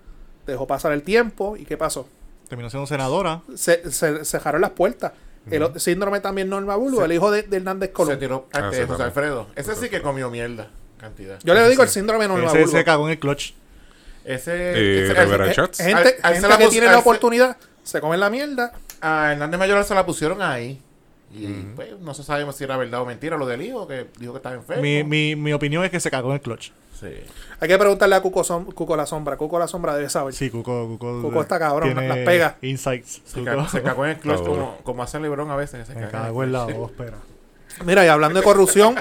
S1: dejó pasar el tiempo y ¿qué pasó?
S3: Terminó siendo senadora.
S1: Se, se cerraron las puertas. El o- síndrome también Norma Bulgo, el hijo de, de Hernández
S4: Se
S1: Colón.
S4: tiró
S2: Ah,
S4: ante
S2: sí,
S4: José
S2: también.
S4: Alfredo. Ese sí que comió mierda. Cantidad.
S1: Yo le digo el síndrome de Norma
S3: Ese
S1: Bulgo.
S3: se cagó en el clutch.
S4: Ese.
S2: Eh,
S4: ese-
S2: Rivera
S4: ese-
S2: Chats.
S1: Gente,
S4: Al- al-
S1: gente
S4: se la
S1: que
S4: pus-
S1: tiene
S4: al-
S1: la oportunidad, se comen la mierda.
S4: a Hernández Mayor se la pusieron ahí. Y pues no se sabemos si era verdad o mentira lo del hijo, que dijo que estaba enfermo.
S3: Mi, mi, mi opinión es que se cagó en el clutch.
S4: Sí.
S1: Hay que preguntarle a Cuco, Som- Cuco la Sombra. Cuco la Sombra debe saber.
S3: Sí, Cuco. Cuco,
S1: Cuco está cabrón,
S3: tiene
S1: las pega.
S3: Insights.
S4: Se,
S3: Cuco.
S4: ca- se cagó en el clutch
S2: Está duro.
S4: como, como hace Lebron a veces. que se
S3: Me
S4: caga en el
S3: cago en la
S4: clutch.
S3: voz, pero.
S1: Mira, y hablando de corrupción.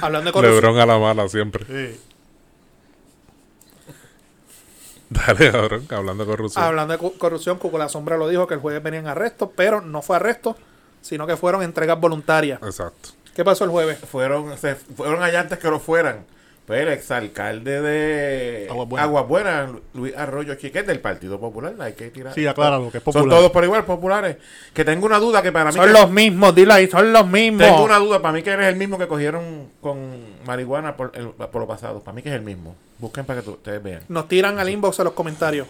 S1: hablando de corrupción.
S2: Lebrón a la mala siempre. Dale, cabrón, hablando de corrupción.
S1: Hablando de cu- corrupción, Cuco la Sombra lo dijo que el jueves venían arrestos, pero no fue arresto, sino que fueron entregas voluntarias.
S2: Exacto.
S1: ¿Qué pasó el jueves?
S4: Fueron, se fueron allá antes que lo fueran. Pues el exalcalde de
S3: Aguas Buenas.
S4: Aguas Buenas, Lu- Luis Arroyo Chiquet, del Partido Popular. Hay que tirar.
S3: Sí, acláralo, que es popular.
S4: Son todos por igual populares. Que tengo una duda que para mí.
S1: Son
S4: que-
S1: los mismos, dilo ahí, son los mismos.
S4: Tengo una duda, para mí que eres el mismo que cogieron con marihuana por, el- por lo pasado. Para mí que es el mismo. Busquen para que tu- ustedes vean.
S1: Nos tiran al inbox a los comentarios.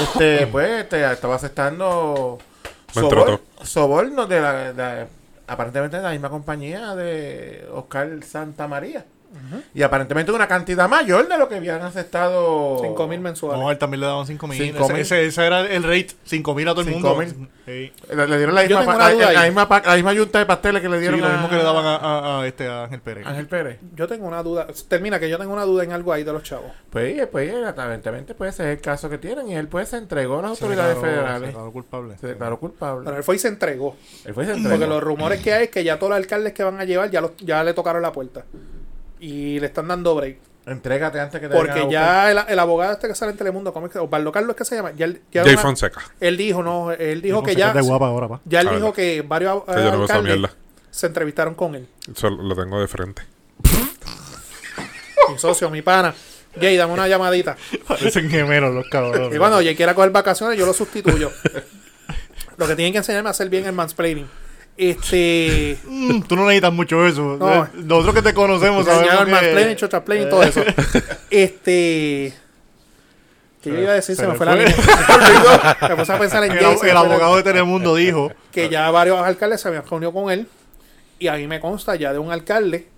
S4: Este, pues, este, estaba aceptando
S2: Me
S4: sobor-
S2: trató.
S4: sobornos de la, de- aparentemente de la misma compañía de Oscar Santa María. Y aparentemente una cantidad mayor de lo que habían aceptado.
S1: 5 mil mensuales.
S3: No, a él también le daban 5 mil.
S4: Cinco
S3: Ese,
S4: mil.
S3: ese- ese era el rate, 5 mil a todo el mundo.
S4: Cinco mil.
S3: Sí.
S4: Le, le dieron la
S1: Yo tengo
S4: misma, pa-
S1: una duda
S4: la- la
S1: ahí.
S4: misma pa- la misma yunta de pasteles que le
S3: Sí,
S4: dieron
S3: lo
S4: a-
S3: mismo que le daban a, a- a este, a Ángel Pérez.
S4: Ángel Pérez.
S1: Yo tengo una duda. Termina que yo tengo una duda en algo ahí de los chavos.
S4: Pues, eh, pues, eh, aparentemente, pues ese es el caso que tienen. Y él, pues, se entregó a las
S3: Se
S4: autoridades
S3: declaró- Se
S4: federales.
S3: declaró culpable.
S4: Se declaró culpable.
S1: Pero él fue y se entregó.
S4: Él fue y se
S1: Porque
S4: entregó.
S1: los rumores que hay es que ya todos los alcaldes que van a llevar ya, los- ya le tocaron la puerta. Y le están dando break.
S4: Entrégate antes que te vengan
S1: Porque
S4: a buscar.
S1: ya el, el abogado este que sale en Telemundo, ¿cómo es que? Osvaldo Carlos, ¿qué se llama? Ya, él- ya
S2: Jay
S1: una-
S2: Fonseca.
S1: Él dijo, no, él dijo
S3: Dijo,
S1: que
S3: "Se
S1: ya...
S3: queda guapa ahora, pa.
S1: Ya él
S2: Ah,
S1: dijo
S2: verdad.
S1: que varios eh,
S2: yo no veo esa
S1: alcaldes
S2: mierda.
S1: se entrevistaron con él.
S2: Eso lo tengo de frente.
S1: Mi socio, mi pana. Jay, dame una llamadita.
S3: Parecen gemelos los cabrones.
S1: Y cuando Jay quiera coger vacaciones, yo lo sustituyo. lo que tienen que enseñarme a hacer bien el mansplaining. Este...
S3: Mm, tú no necesitas mucho eso.
S1: No.
S3: Eh, Nosotros que te conocemos
S1: enseñar
S3: sabemos
S1: el mansplaining,
S3: que...
S1: chochasplaining y todo eso. Este... Que yo iba a decir,
S3: se
S1: se me
S3: le
S1: fue la
S3: fue.
S1: línea. Se me olvidó. Me puse a pensar en Jay,
S3: El,
S1: se me
S3: ab-
S1: fue
S3: el
S1: la-
S3: abogado de Telemundo dijo...
S1: que ya varios alcaldes se habían reunido con él y a mí me consta ya de un alcalde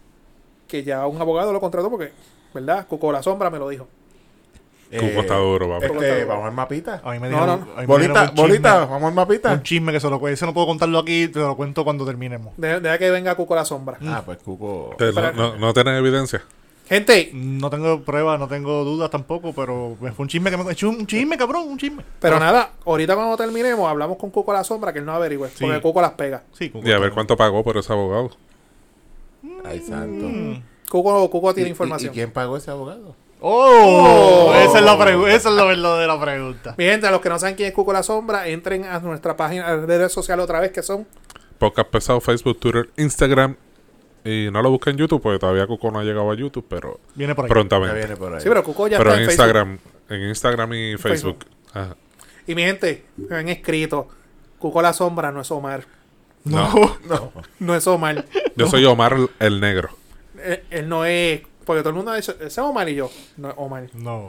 S1: que ya un abogado lo contrató porque, ¿verdad? Cuco la sombra me lo dijo.
S2: Cuco está duro, vamos.
S4: Este,
S1: Cuco está duro.
S4: vamos al mapita.
S3: A mí me
S1: No,
S3: dijeron...
S1: no.
S3: a mí me dijeron
S4: Bolita,
S3: un chisme-
S4: bolita, vamos al mapita.
S3: Un chisme que se lo... Ese no puedo contarlo aquí, te lo cuento cuando terminemos.
S1: De- Deja que venga Cuco la sombra.
S4: Ah, pues Cuco.
S2: Te-
S1: Para-
S2: no, no, no tienes evidencia.
S1: Gente,
S3: No tengo pruebas, no tengo dudas tampoco, pero fue un chisme que me... es Un chisme, cabrón, un chisme.
S1: pero nada, ahorita cuando terminemos hablamos con Cuco la sombra que él no averigüe,
S3: Sí.
S1: porque Cuco las pega.
S3: Sí, como-
S2: Y a ver cuánto pagó por ese abogado.
S4: Ay, santo.
S1: Cuco, Cuco tiene
S4: ¿Y- y-
S1: información.
S4: ¿Y quién pagó ese abogado?
S3: ¡Oh! Esa es la pregu- esa es la verdadera pregunta.
S1: Mi gente, a los que no saben quién es Cuco la sombra, entren a nuestra página de redes sociales otra vez que son
S2: Podcast pesado, Facebook, Twitter, Instagram. Y no lo busquen en YouTube porque todavía Cuco no ha llegado a YouTube, pero
S3: Viene por ahí.
S4: Ya
S2: prontamente.
S4: viene por ahí.
S1: Sí, pero Cuco ya
S2: Pero
S1: está
S2: en
S1: en Facebook.
S2: Instagram, en Instagram y Facebook. Ajá.
S1: Y mi gente, me han escrito, Cuco la sombra no es Omar,
S2: No.
S4: No.
S1: no es Omar.
S2: Yo soy Omar el Negro.
S1: él, él no es. Porque todo el mundo ha dicho, ese es Omar y yo. No es Omar.
S3: No.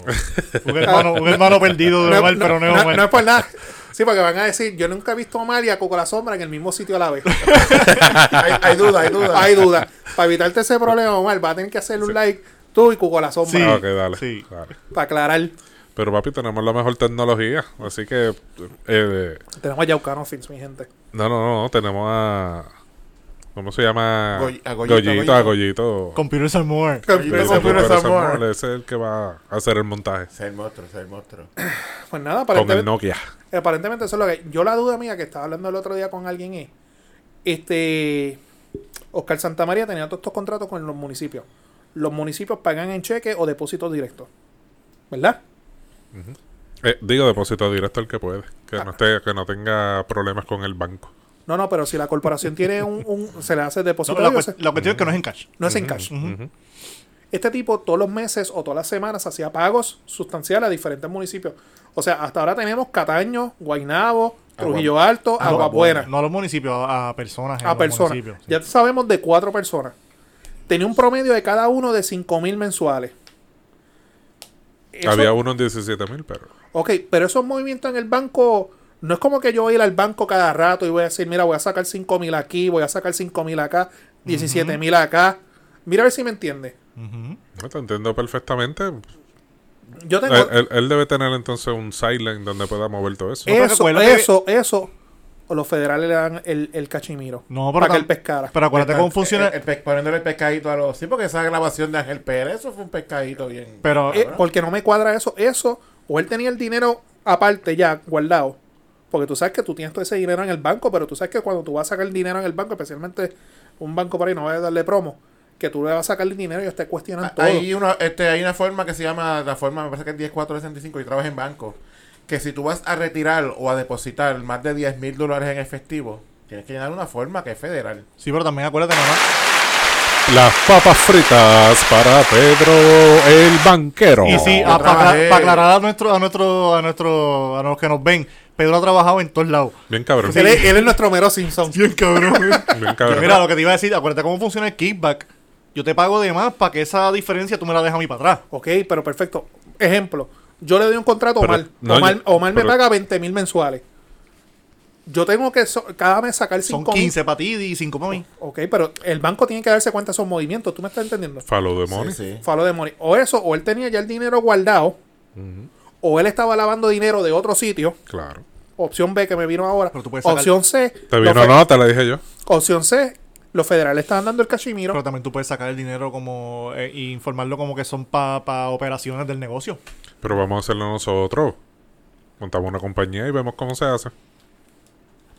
S3: Un hermano, un hermano perdido de Omar, pero no es Omar.
S1: no es por nada. Sí, porque van a decir, yo nunca he visto a Omar y a Coco la Sombra en el mismo sitio a la vez.
S4: hay, hay duda, hay duda.
S1: Hay duda. Para evitarte ese problema, Omar, va a tener que hacerle un like tú y Coco la Sombra
S3: Sí.
S2: Ah, ok, dale.
S3: Sí.
S2: Dale.
S1: para aclarar.
S2: Pero papi, tenemos la mejor tecnología. Así que. eh,
S1: Tenemos a Yaucano Films, mi gente.
S2: no, no, no, no. Tenemos a. ¿Cómo se llama?
S4: Goy- a Goyito,
S2: Goyito, a Goyito.
S3: Computers and more.
S4: Sí,
S2: Ese
S4: Ese
S2: es
S4: puro
S2: Pedro
S4: Zamora.
S2: Zamora, ese es el que va a hacer el montaje.
S4: Es el monstruo, es el monstruo.
S1: Pues nada,
S2: Con el
S1: aparentemente,
S2: Nokia.
S1: aparentemente eso es lo que. Yo la duda mía que estaba hablando el otro día con alguien es. Este. Oscar Santamaría tenía todos estos contratos con los municipios. Los municipios pagan en cheque o depósitos directos. ¿Verdad?
S2: Eh, digo depósito directo al que puede.
S3: Ah.
S2: Que no esté, que no tenga problemas con el banco.
S1: No, no, pero si la corporación tiene un, un- se le hace
S3: No,
S1: depósito,
S3: pero la,
S1: digo,
S3: cuest-
S1: se-
S3: la cuestión es que no es en cash.
S1: no es en cash.
S2: Ujú.
S1: Este tipo todos los meses o todas las semanas hacía pagos sustanciales a diferentes municipios. O sea, hasta ahora tenemos Cataño, Guainabo,
S3: Ah,
S1: Trujillo Alto,
S4: Agua
S1: Aguabuena,
S3: No a los municipios, a a personas. en
S1: Ah, a
S3: los
S1: personas.
S3: municipios, sí.
S1: Ya sabemos de cuatro personas. Tenía un promedio de cada uno de 5 mil mensuales. Eso-
S2: Había uno en 17 mil, pero.
S1: Ok, pero esos movimientos en el banco, no es como que yo voy a ir al banco cada rato y voy a decir, mira, voy a sacar 5 mil aquí, voy a sacar 5 mil acá, 17 mil acá. Mira a ver si me entiende.
S3: Ujú.
S2: No, te entiendo perfectamente. Eh,
S1: Yo tengo...
S2: Él, él- él debe tener entonces un silent donde pueda mover todo eso.
S3: Eh, pero
S1: eso,
S3: recuerda que-
S1: eso, eso. O los federales le dan el, el cachimiro.
S3: No, pero
S1: para que
S3: tam-
S1: él pescara.
S3: Pero acuérdate cómo
S4: El-
S3: funciona.
S4: Este, el- el pe- poniéndole el pescadito a los. Sí, porque esa grabación de Ángel Pérez, eso fue un pescadito bien.
S2: Ah,
S3: Pero
S1: Eh, porque no me cuadra eso. Eso, o él tenía el dinero aparte ya guardado. Porque tú sabes que tú tienes todo ese dinero en el banco, pero tú sabes que cuando tú vas a sacar el dinero en el banco, especialmente un banco por ahí, no voy a darle promo, que tú le vas a sacar el dinero y ellos te
S2: Ah,
S1: cuestionan Ah, todo.
S4: Hay una, este, hay una forma que se llama, la forma me parece que es 10465 y trabajas en banco, que si tú vas a retirar o a depositar más de 10 mil dólares en efectivo, tienes que llenar una forma que es federal.
S3: sí, pero también acuérdate, mamá.
S2: Las papas fritas para Pedro el banquero.
S3: Y sí,
S4: yo
S3: ah, para
S4: trabajé.
S3: acla- para aclarar a nuestro, a nuestro, a nuestro, a los que nos ven, Pedro ha trabajado en todos lados.
S2: Bien cabrón.
S1: Él, es, él es nuestro mero Simpson.
S3: Bien cabrón.
S2: Bien cabrón.
S3: Pues Mira, lo que te iba a decir, acuérdate cómo funciona el kickback. Yo te pago de más para que esa diferencia tú me la dejas a mí para atrás.
S1: Ok, pero perfecto. Ejemplo, yo le doy un contrato a
S2: Pero,
S1: Omar.
S2: no,
S1: Omar,
S2: yo-
S1: Omar me
S2: pero-
S1: paga 20 mil mensuales. yo tengo que so- cada mes sacar 5
S3: Son 15 para ti y 5 para mí.
S1: Ok, pero el banco tiene que darse cuenta de esos movimientos. ¿Tú me estás entendiendo?
S2: Follow the money.
S4: Sí, sí.
S1: Follow the money. O eso, o él tenía ya el dinero guardado, o él estaba lavando dinero de otro sitio.
S2: Claro.
S1: Opción B que me vino ahora.
S3: Pero tú puedes sacar-
S1: Opción C.
S2: Te
S1: los
S2: vino
S1: fe-
S2: nota, le dije yo.
S1: Opción C. Los federales están dando el cachimiro.
S3: Pero también tú puedes sacar el dinero como eh, e informarlo como que son para operaciones del negocio.
S2: Pero vamos a hacerlo nosotros. Montamos una compañía y vemos cómo se hace.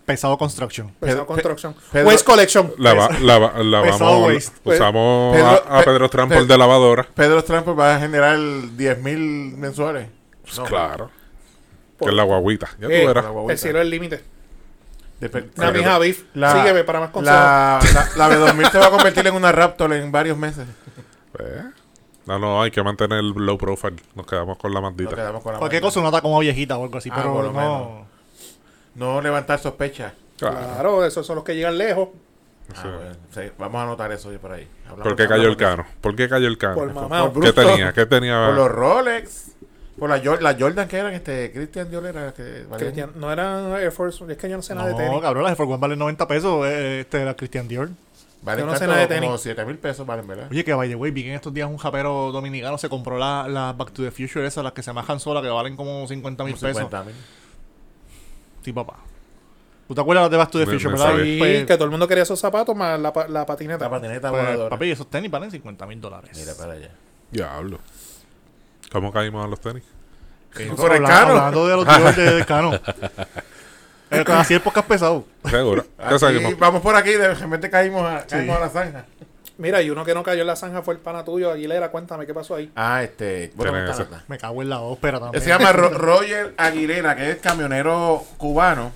S3: Pesado construction.
S1: Pesado
S4: Pedro-
S1: construction.
S4: Pedro-
S1: Waste collection.
S2: Lava, lava-
S3: Pesado
S2: lavamos,
S3: waste.
S2: usamos
S4: Pedro-
S2: a, a
S4: Pe-
S2: Pedro Trampol
S4: Pe-
S2: de lavadora.
S4: Pedro Trampo va a generar 10 mil mensuales. No,
S2: Claro.
S1: Por-
S2: Que es la guaguita. Ya
S1: Eh,
S2: tú verás.
S4: la guaguita.
S1: El cielo es el límite.
S4: Dep-
S1: Una
S2: Pero-
S1: mija beef.
S4: La-
S1: Sígueme para más consejos.
S4: La, la, la B2000 se va a convertir en una Raptor en varios meses.
S2: Eh. No, no, hay que mantener el low profile. Nos quedamos con la
S4: Nos
S2: maldita.
S4: quedamos con la
S3: Cualquier
S4: máquina.
S3: cosa, una está como viejita o algo así,
S4: Ah, por
S3: pero
S4: lo
S3: no.
S4: No levantar sospechas.
S2: Claro.
S1: Claro, esos son los que llegan lejos.
S4: Ah, bueno, sí, vamos a anotar eso hoy por ahí. Hablamos-
S2: ¿Por qué cayó el
S4: hablamos de eso.
S2: cano? ¿Por qué cayó el
S1: Por
S2: cano?
S1: mamá.
S4: por
S2: ¿Qué
S4: bruto.
S2: tenía? ¿Qué tenía?
S4: Por los Rolex. Por la, Jor- la Jordan que eran, este, Christian Dior era. este, Que, valían-
S1: Cristian, no eran Air Force. Es que yo no sé nada de
S3: No,
S1: tenis.
S3: cabrón, las de Forward valen 90 pesos. eh, Este era Christian Dior.
S4: valen
S1: Yo no sé
S4: tanto
S1: nada de
S4: como
S1: tenis.
S4: 7 mil pesos, valen, ¿verdad?
S3: Oye, que by the way, vi que en estos días un japero dominicano se compró las la Back to the Future, esas, las que se majan solas, que valen como 50 mil pesos.
S4: 50 mil.
S3: Sí, papá. ¿Tú te acuerdas de Back to the
S2: Me-
S3: Future,
S2: me
S3: verdad?
S2: sabía.
S1: Sí,
S3: Pues-
S1: que todo el mundo quería esos zapatos más la, pa- la patineta.
S4: La patineta
S3: pues,
S4: voladora.
S3: papi, esos tenis valen 50 mil dólares.
S4: Mira para allá.
S2: Diablo. ¿Cómo caímos a los tenis?
S3: Eh,
S4: Por el
S3: habla-
S4: Cano.
S3: Hablando de los Dior de, de Cano. Eh, así el podcast pesado.
S2: Seguro. ¿Qué
S4: Aquí,
S2: seguimos?
S4: vamos por aquí, de repente caímos a, caímos a la zanja.
S1: Mira, y uno que no cayó en la zanja fue el pana tuyo, Aguilera. Cuéntame qué pasó ahí.
S4: Ah, este. Bueno,
S2: Tiene
S4: está-
S2: ese.
S3: Me cago en la ópera también.
S4: Él se llama Ro- Roger Aguilera, que es camionero cubano.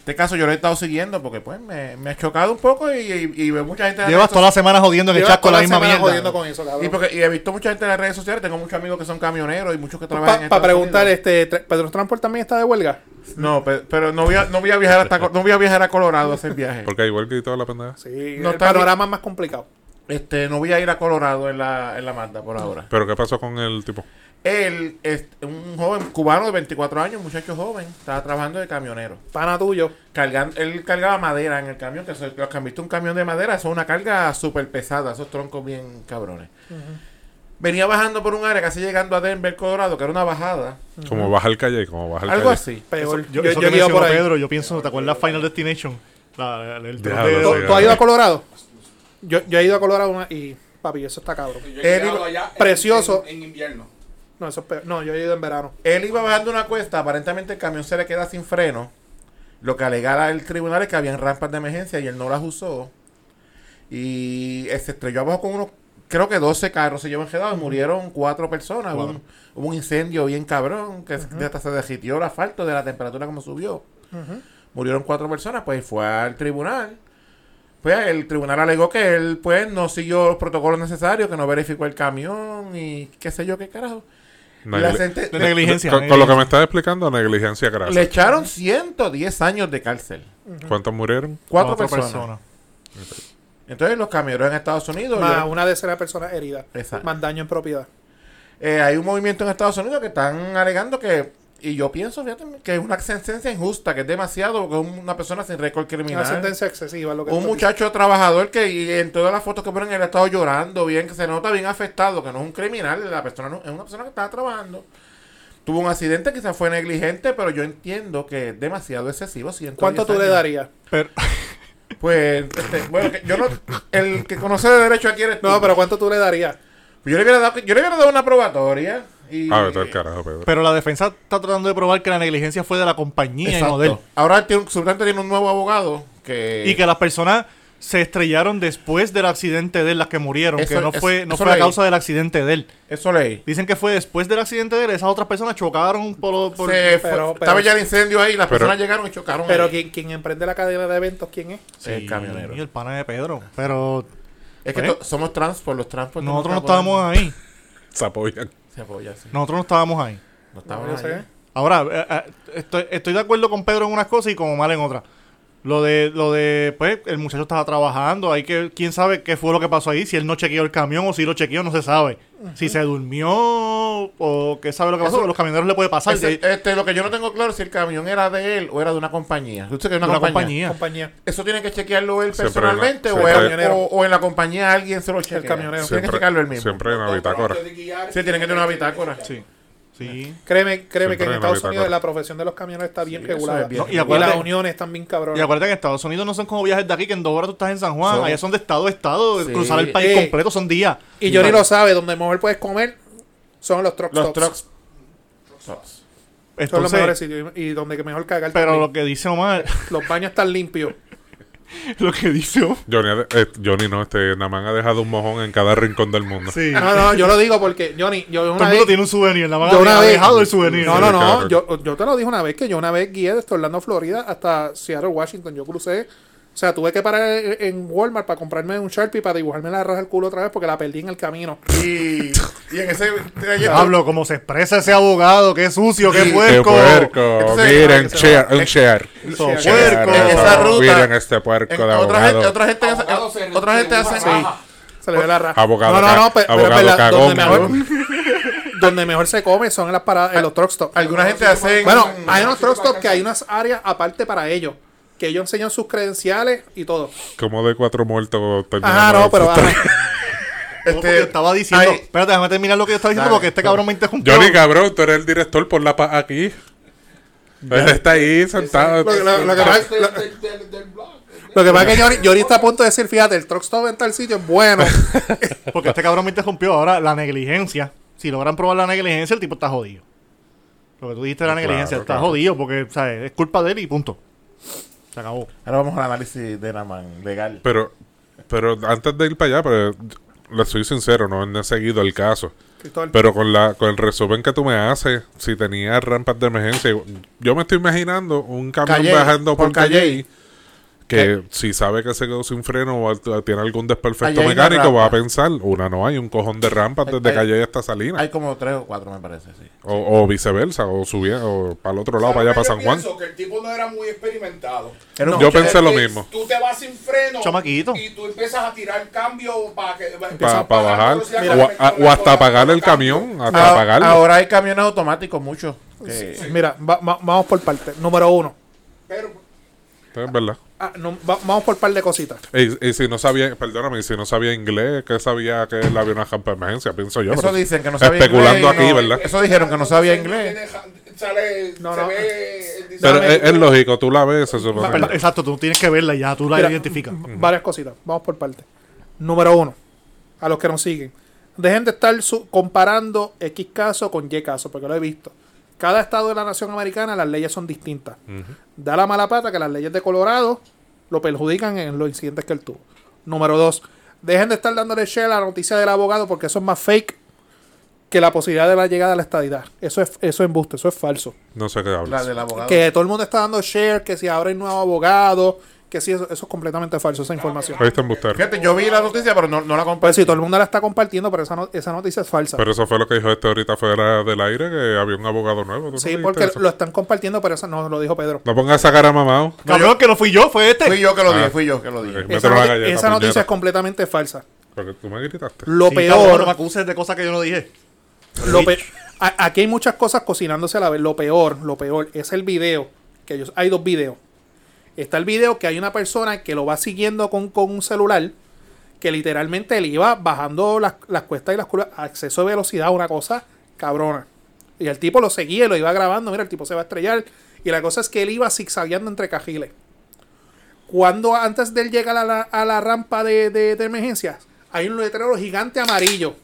S4: Este caso yo lo he estado siguiendo porque pues me, me ha chocado un poco y, y, y veo mucha gente... en las
S3: Llevas
S4: redes
S3: toda la semana jodiendo en el
S1: Llevas
S3: chat con
S1: toda
S3: la misma
S1: semana
S3: mierda.
S1: jodiendo con eso,
S4: sociales.
S1: cabrón.
S4: y, porque, y he visto mucha gente en las redes sociales, tengo muchos amigos que son camioneros y muchos que trabajan en
S1: Para
S4: Estados
S1: preguntar,
S4: Unidos.
S1: este, Tra- ¿Pedro Transport también está de huelga?
S4: No, pe- pero, no, voy a, no voy a viajar hasta Co- no voy a viajar a Colorado a hacer viaje.
S2: Porque igual que toda la pendeja.
S1: Sí,
S4: No,
S1: el
S4: está
S1: panorama es más complicado.
S4: Este, no voy a ir a Colorado en la, en la Mazda por ahora.
S2: ¿Pero qué pasó con el tipo?
S4: Él es un joven cubano de 24 años, muchacho joven, estaba trabajando de camionero.
S1: Pana tuyo.
S4: cargando, él cargaba madera en el camión, que eso- los que han visto un camión de madera, eso es una carga súper pesada, esos troncos bien cabrones. Venía bajando por un área, casi llegando a Denver, Colorado, que era una bajada,
S2: Como baja el calle, como baja el
S4: algo
S2: calle.
S4: así.
S1: Peor.
S3: Yo,
S1: yo,
S3: eso
S1: yo
S3: que
S1: he ido por
S3: mencionó
S1: ahí.
S3: Pedro, yo pienso, ¿te acuerdas Final Destination? La, la- el tren
S2: Déjalo,
S3: de-
S1: ¿Tú,
S2: Oiga.
S1: tú has ido a Colorado? Yo, yo he ido a Colorado una- y, papi, eso está cabrón.
S4: Él
S6: Yo he
S4: iba-
S6: llegado allá en-
S1: precioso.
S6: En, en invierno.
S1: No, eso es peor. No, yo he ido en verano.
S4: Él iba bajando una cuesta, aparentemente el camión se le queda sin freno. Lo que alegara el tribunal es que habían rampas de emergencia y él no las usó. Y eh, se estrelló abajo con unos, creo que 12 carros se llevan quedados y murieron cuatro personas. Hubo un, hubo un incendio bien cabrón que se- hasta se derritió el asfalto de la temperatura como subió. Murieron cuatro personas, pues fue al tribunal. Pues el tribunal alegó que él pues no siguió los protocolos necesarios, que no verificó el camión y qué sé yo qué carajo.
S2: Negli-
S4: La senten-
S3: de negligencia.
S2: con, con lo que me estás explicando, negligencia grasa.
S4: Le echaron 110 años de cárcel.
S2: ¿Cuántos murieron?
S4: Cuatro, personas. Entonces los camioneros en Estados Unidos.
S1: Más
S4: yo-
S1: una tercera persona herida.
S4: Exacto.
S1: Más daño en propiedad.
S4: eh, hay un movimiento en Estados Unidos que están alegando que. Y yo pienso, fíjate, que es una sentencia injusta, que es demasiado, porque es una persona sin récord
S1: Una
S4: criminal.
S1: sentencia excesiva. Lo que
S4: eh. Un
S1: tú
S4: muchacho trabajador que y en todas las fotos que ponen él ha estado llorando bien, que se nota bien afectado, que no es un criminal, la persona no- es una persona que estaba trabajando. Tuvo un accidente, quizás fue negligente, pero yo entiendo que es demasiado excesivo.
S1: dices. ¿Cuánto
S4: 110
S1: tú le
S4: años.
S1: darías?
S3: Pero,
S4: Pues, este, bueno, que yo no. El que conoce de derecho aquí eres tú.
S1: No, pero ¿cuánto tú le darías?
S4: Yo le hubiera dado, yo le hubiera dado una probatoria. Y,
S2: Ah, vete al carajo, Pedro.
S3: pero la defensa está tratando de probar que la negligencia fue de la compañía y no de él.
S4: Exacto. Ahora él tiene, un- Subrante tiene un nuevo abogado que.
S3: Y que las personas se estrellaron después del accidente de él, las que murieron,
S4: Eso-
S3: que no
S4: eso-
S3: fue, no
S4: eso
S3: fue a
S4: leí.
S3: causa del accidente de él.
S4: Eso leí.
S3: Dicen que fue después del accidente de él, esas otras personas chocaron por... lo- por-
S4: Se fue-
S1: pero-
S4: estaba
S1: pero-
S4: ya el incendio ahí, las
S2: pero-
S4: personas llegaron y chocaron.
S1: Pero
S4: ahí.
S1: quien, quien emprende la cadena de eventos, ¿quién es?
S4: Sí, el camionero.
S3: Y el pana de Pedro. Pero
S4: Es que
S3: ¿Eh?
S4: to- somos trans, por los trans. pues,
S3: nosotros no
S4: nos apoyan.
S3: estábamos ahí.
S2: Se apoyan.
S4: Se apoya, sí.
S3: Nosotros no estábamos ahí.
S4: No
S1: No,
S4: estábamos
S1: yo sé.
S4: ahí.
S3: Ahora, eh, eh, estoy, estoy de acuerdo con Pedro en unas cosas y como mal en otras. Lo de, lo de, pues, el muchacho estaba trabajando, hay que, quién sabe qué fue lo que pasó ahí, si él no chequeó el camión o si lo chequeó, no se sabe. Si se durmió o qué sabe lo que pasó,
S4: Eso-
S3: a los camioneros le puede pasar.
S4: Ese-
S3: de-
S4: este, lo que yo no tengo claro es si el camión era de él o era de una compañía. ¿Tú sabes que es
S3: de
S4: una,
S3: una
S4: compañía?
S3: compañía.
S1: compañía.
S4: Eso tiene que chequearlo él
S2: Siempre
S4: personalmente
S2: en la-
S4: o,
S2: siempre-
S4: él- o, o en la compañía alguien se lo chequea.
S1: camionero.
S4: Tiene que checarlo él mismo.
S2: Siempre en la bitácora.
S4: Sí, tiene que tener una bitácora. Sí.
S3: Sí.
S1: Créeme, créeme
S2: Siempre
S1: que en
S2: hay una
S1: Estados
S2: bitácora.
S1: Unidos la profesión de los camioneros está bien
S4: Sí, eso
S1: regulada.
S4: es bien.
S3: No, y
S1: y,
S3: acuérdate-
S1: las uniones están bien
S3: Y
S1: cabronas.
S3: acuérdate que en Estados Unidos no son como viajes de aquí, que en dos horas tú estás en San Juan.
S4: Son-
S3: Allá son de estado a estado,
S4: Sí.
S3: cruzar el país
S1: Eh.
S3: completo son días.
S1: Y, Johnny lo sabe, donde mejor puedes comer son los truck
S4: Los
S1: stops.
S4: trucks.
S1: Son los mejores
S3: Entonces,
S1: sitios y y donde que mejor cagar
S3: pero
S1: también.
S3: lo que dice Omar,
S1: Los baños están limpios.
S3: lo que dice Omar.
S2: Johnny, ha de- eh, Johnny no, este, Namán ha dejado un mojón en cada rincón del mundo.
S3: Sí.
S1: No, no, yo lo digo porque, Johnny, yo
S3: Todo
S1: una
S3: el mundo
S1: vez...
S3: tiene un souvenir, la
S1: Yo
S3: mano
S1: una
S3: ha
S1: vez-
S3: dejado el souvenir.
S1: No, no,
S2: claro.
S1: no. Yo, yo te lo dije una vez que yo una vez guié desde Orlando, Florida hasta Seattle, Washington. Yo crucé. O sea, tuve que parar en- en Walmart para comprarme un Sharpie para dibujarme la raja al culo otra vez porque la perdí en el camino.
S4: Y, y en ese trayecto.
S3: Pablo, como se expresa ese abogado, qué sucio, qué
S4: Sí.
S2: ¡Qué
S3: puerco.
S2: puerco!
S4: Entonces,
S2: Miren,
S4: ah, que se
S2: share,
S4: va.
S2: un share.
S3: So,
S2: Un share,
S3: puerco.
S4: En
S2: eso.
S4: esa ruta.
S2: Miren este puerco
S4: en-
S2: de
S4: otra,
S2: abogado.
S4: gente, otra gente, hace-
S6: Abogado se-
S4: otra gente
S6: se-
S4: hace.
S6: se-
S4: Sí.
S1: Se le ve la raja.
S2: Abogado
S1: no, no, no,
S2: ca-
S1: pe- pero,
S2: abogado
S1: es verdad,
S2: cagón,
S1: donde mejor, donde mejor se come son en las paradas, en los truck stops.
S4: Alguna gente hace.
S1: Bueno, hay unos truck stops que hay unas áreas aparte para ellos, que ellos enseñan sus credenciales y todo.
S2: Como de cuatro muertos
S1: Ajá, no,
S2: terminamos
S1: pero
S2: esto.
S1: ajá. Este,
S3: Porque yo estaba diciendo,
S4: hay-
S3: espérate, déjame terminar lo que yo estaba diciendo
S4: Dale.
S3: porque este cabrón me interrumpió.
S2: Johnny, cabrón, tú eres el director, por la paz aquí. Él está ahí sentado.
S1: Lo que- lo- lo que pasa es- lo- lo que pasa es que Johnny, Johnny está a punto de decir, fíjate, el truck stop en tal sitio es bueno.
S3: Porque este cabrón me interrumpió. Ahora, la negligencia. Si logran probar la negligencia, el tipo está jodido. Lo que tú dijiste de la
S2: Claro,
S3: negligencia, está
S2: claro.
S3: jodido porque, ¿sabes? Es culpa de él y punto. Se acabó.
S4: ah, Ahora vamos al análisis de Naman legal.
S2: Pero, pero antes de ir para allá, pero le soy sincero, no no he seguido el caso.
S1: Cristóbal.
S2: Pero con la con el resumen que tú me haces, si tenía rampas de emergencia, yo me estoy imaginando un camión
S4: Calle,
S2: bajando por,
S4: por
S2: calle,
S4: Calle.
S2: que si sabe que se quedó sin freno o alt- tiene algún desperfecto
S4: Allá hay una
S2: mecánico, va a
S4: rampa.
S2: pensar, una no hay, un cojón de rampas desde
S4: Hay-
S2: calle hasta Salinas.
S4: Hay como tres o cuatro, me parece. Sí.
S2: O, o viceversa, o subía, o para el otro lado, para allá, para San Juan.
S6: que el tipo no era muy experimentado.
S4: Era un
S2: Yo
S4: coche-
S2: pensé lo
S6: Porque
S2: mismo.
S6: Tú te vas sin freno.
S3: Chamaquito.
S6: Y tú empiezas a tirar cambio para que. empiezas
S2: Para
S6: a pagar
S2: bajar,
S6: velocidad
S2: o,
S6: con
S2: a-
S6: el-
S2: o
S6: con
S2: hasta
S6: la-
S2: apagar
S6: con
S2: el
S6: cambio.
S2: camión, hasta
S4: Ah,
S2: apagarlo.
S4: Ahora hay camiones automáticos, muchos. que-
S1: Mira, va- va- vamos por parte. Número uno.
S6: Pero
S2: Es verdad.
S1: Ah, no, va- vamos por par de cositas.
S2: Y, y si no sabía, perdóname, y si no sabía inglés, que sabía que él había una rampa de emergencia, pienso yo.
S4: Eso
S2: pero
S4: dicen que no sabía
S2: Especulando
S4: inglés y
S2: aquí,
S4: no-
S2: pues,
S4: eh,
S2: ¿verdad?
S4: Eso dijeron que no sabía inglés.
S6: Tiene- Sale,
S1: No,
S6: se
S1: no.
S6: ve el
S2: Pero
S6: diseño.
S2: es,
S4: eh,
S2: es lógico, tú la ves,
S4: Ah,
S2: eso
S3: Pero, Exacto, tú tienes que verla y ya, tú la
S1: Mira,
S3: identificas.
S1: m- Varias cositas. Vamos por parte. Número uno. A los que nos siguen. Dejen de estar su- comparando X caso con Y caso, porque lo he visto. Cada estado de la nación americana las leyes son distintas. Da la mala pata que las leyes de Colorado lo perjudican en los incidentes que él tuvo. Número dos. Dejen de estar dándole share a la noticia del abogado porque eso es más fake que la posibilidad de la llegada a la estadidad. Eso es, eso es embuste, eso es falso.
S2: no sé qué
S4: La
S2: hablas.
S4: del abogado.
S1: que todo el mundo está dando share, que si ahora hay nuevo abogado, que si eso, eso es completamente falso, esa información.
S2: Ahí está embustero.
S4: Fíjate, yo vi la noticia, pero no, no la compré.
S1: Pues sí, todo el mundo la está compartiendo, pero esa, no- esa noticia es falsa.
S2: Pero eso fue lo que dijo este ahorita fuera del aire, que había un abogado nuevo. ¿tú no
S1: sí,
S2: dijiste
S1: porque
S2: eso?
S1: lo están compartiendo, pero esa no lo dijo Pedro.
S2: No pongas esa cara mamado.
S3: Cabrón, que no fui yo, fue este.
S4: Fui yo que lo
S2: Ah.
S4: dije, fui yo que lo dije.
S2: Ok.
S1: Esa,
S2: Mételo en la
S1: noti-
S2: galleta,
S1: esa noticia
S2: puñeta.
S1: es completamente falsa.
S2: Porque tú me gritaste.
S1: Lo
S3: Sí, cabrón, no me
S1: peor,
S3: acuses de cosas que yo no dije.
S1: lo pe- a- aquí hay muchas cosas cocinándose a la vez. Lo peor, lo peor es el video. Que ellos, hay dos videos. Está el video que hay una persona que lo va siguiendo con, con un celular, que literalmente le iba bajando las, las cuestas y las curvas a exceso de velocidad, una cosa cabrona. Y el tipo lo seguía y lo iba grabando. Mira, el tipo se va a estrellar. Y la cosa es que él iba zigzagueando entre cajiles. Cuando antes de él llegar a la, a la rampa de, de- de emergencias, hay un letrero gigante amarillo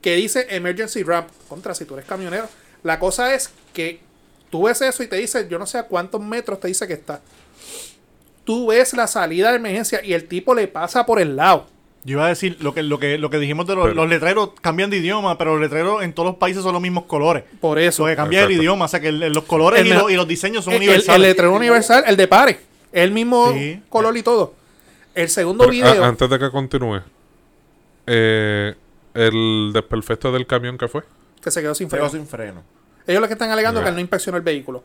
S1: que dice emergency ramp. Contra, si tú eres camionero. La cosa es que tú ves eso y te dice, yo no sé a cuántos metros te dice que está. Tú ves la salida de emergencia y el tipo le pasa por el lado.
S3: Yo iba a decir lo que, lo que, lo que dijimos de los,
S2: Pero-
S3: los letreros, cambian de idioma, pero los letreros en todos los países son los mismos colores.
S1: Por
S3: Eso
S1: eso.
S3: que cambia el
S2: Exacto.
S3: idioma, o sea que el- los colores
S1: El
S3: y,
S1: mejo-
S3: los- y los diseños son
S1: El, el- el
S3: universales.
S1: letrero universal, el de pares. El mismo
S3: Sí.
S1: color y todo. El segundo
S2: Pero, ah,
S1: video.
S2: a- antes de que continúe, eh, el desperfecto del camión que fue.
S1: que se quedó sin
S4: Freno
S1: freno.
S4: sin freno.
S1: Ellos lo que están alegando es
S2: Ya.
S1: que él no inspeccionó el vehículo.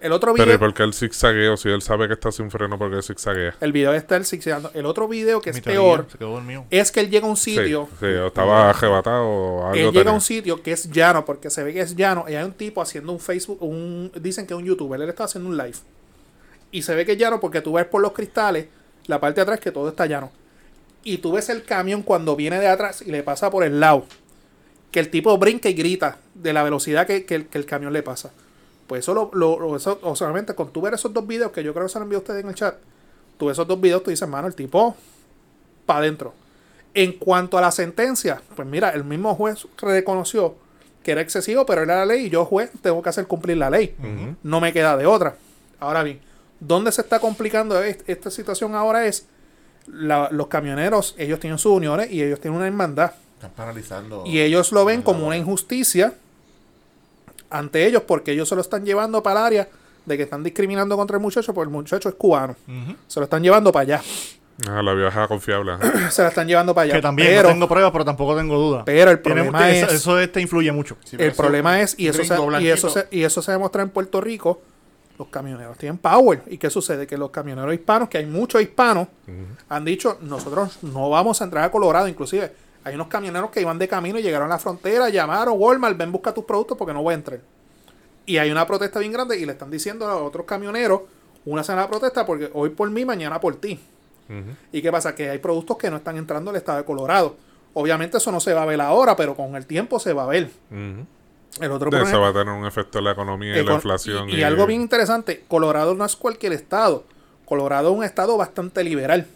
S1: El otro
S2: Pero ¿y
S1: video.
S2: por qué el zigzagueo? Si él sabe que está sin freno, ¿por qué zigzaguea?
S1: El video está el zigzagueando. El otro video que es
S3: Mi
S1: peor
S3: teoría, Se quedó dormido.
S1: es que él llega a un
S2: Sí,
S1: sitio.
S2: sí, o estaba arrebatado o algo.
S1: Él llega
S2: tenía.
S1: a un sitio que es llano, porque se ve que es llano, y hay un tipo haciendo un Facebook, un dicen que es un youtuber, él está haciendo un live. Y se ve que es llano porque tú ves por los cristales, la parte de atrás que todo está llano. Y tú ves el camión cuando viene de atrás y le pasa por el lado. Que el tipo brinca y grita de la velocidad que, que el- que el camión le pasa. Pues eso lo, lo- lo- eso, o solamente con tú ver esos dos videos que yo creo que se los envió a ustedes en el chat. Tú ves esos dos videos, tú dices, mano, el tipo para adentro. En cuanto a la sentencia, pues mira, el mismo juez reconoció que era excesivo, pero era la ley y yo, juez, tengo que hacer cumplir la ley. No me queda de otra. Ahora bien, ¿dónde se está complicando est- esta situación ahora? Es la- los camioneros, ellos tienen sus uniones y ellos tienen una hermandad.
S4: Están paralizando.
S3: Oh,
S1: Y ellos lo ven como una injusticia ante ellos porque ellos se lo están llevando para el área de que están discriminando contra el muchacho porque el muchacho es cubano. Se lo están llevando para allá.
S2: Ah, la vieja confiable. ajá.
S1: Se lo están llevando para allá.
S3: Que también
S1: Pero-
S3: no tengo pruebas, pero tampoco tengo dudas.
S1: pero el
S3: Tiene-
S1: problema
S3: eso-
S1: es-
S3: Eso este influye mucho.
S4: Sí, pero
S1: el
S4: eso-
S1: problema es, y eso, se,
S4: gringo,
S1: y, eso se,
S4: blanquito.
S1: y eso se demuestra en Puerto Rico, los camioneros tienen power. ¿Y qué sucede? Que los camioneros hispanos, que hay muchos hispanos, han dicho, nosotros no vamos a entrar a Colorado, inclusive. Hay unos camioneros que iban de camino y llegaron a la frontera, llamaron Walmart, ven busca tus productos porque no voy a entrar. Y hay una protesta bien grande y le están diciendo a otros camioneros, una semana de protesta porque hoy por mí, mañana por ti. ¿Y qué pasa? Que hay productos que no están entrando al estado de Colorado. Obviamente eso no se va a ver ahora, pero con el tiempo se va a ver.
S2: Ujú.
S1: El otro
S2: De Eso
S1: problema-
S2: va a tener un efecto en la economía y la
S1: Econ-
S2: inflación.
S1: y- y algo bien interesante, Colorado no es cualquier estado. Colorado es un estado bastante liberal,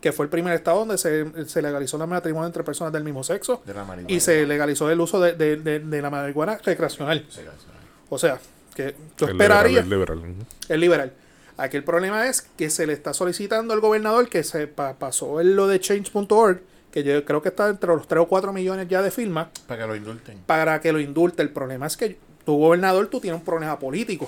S1: que fue el primer estado donde se, se legalizó la matrimonio entre personas del mismo sexo
S4: De la marihuana.
S1: y se legalizó el uso de, de- de- de la marihuana recreacional.
S4: Sí, eso.
S1: O sea, que yo
S2: El
S1: esperaría,
S2: liberal, el liberal. Ujú.
S1: es liberal. Aquí el problema es que se le está solicitando al gobernador que se pa- pasó en lo de change.org, que yo creo que está entre los 3 o 4 millones ya de firmas,
S4: Para que lo indulten.
S1: para que lo indulte. El problema es que tu gobernador, tú tienes un problema político.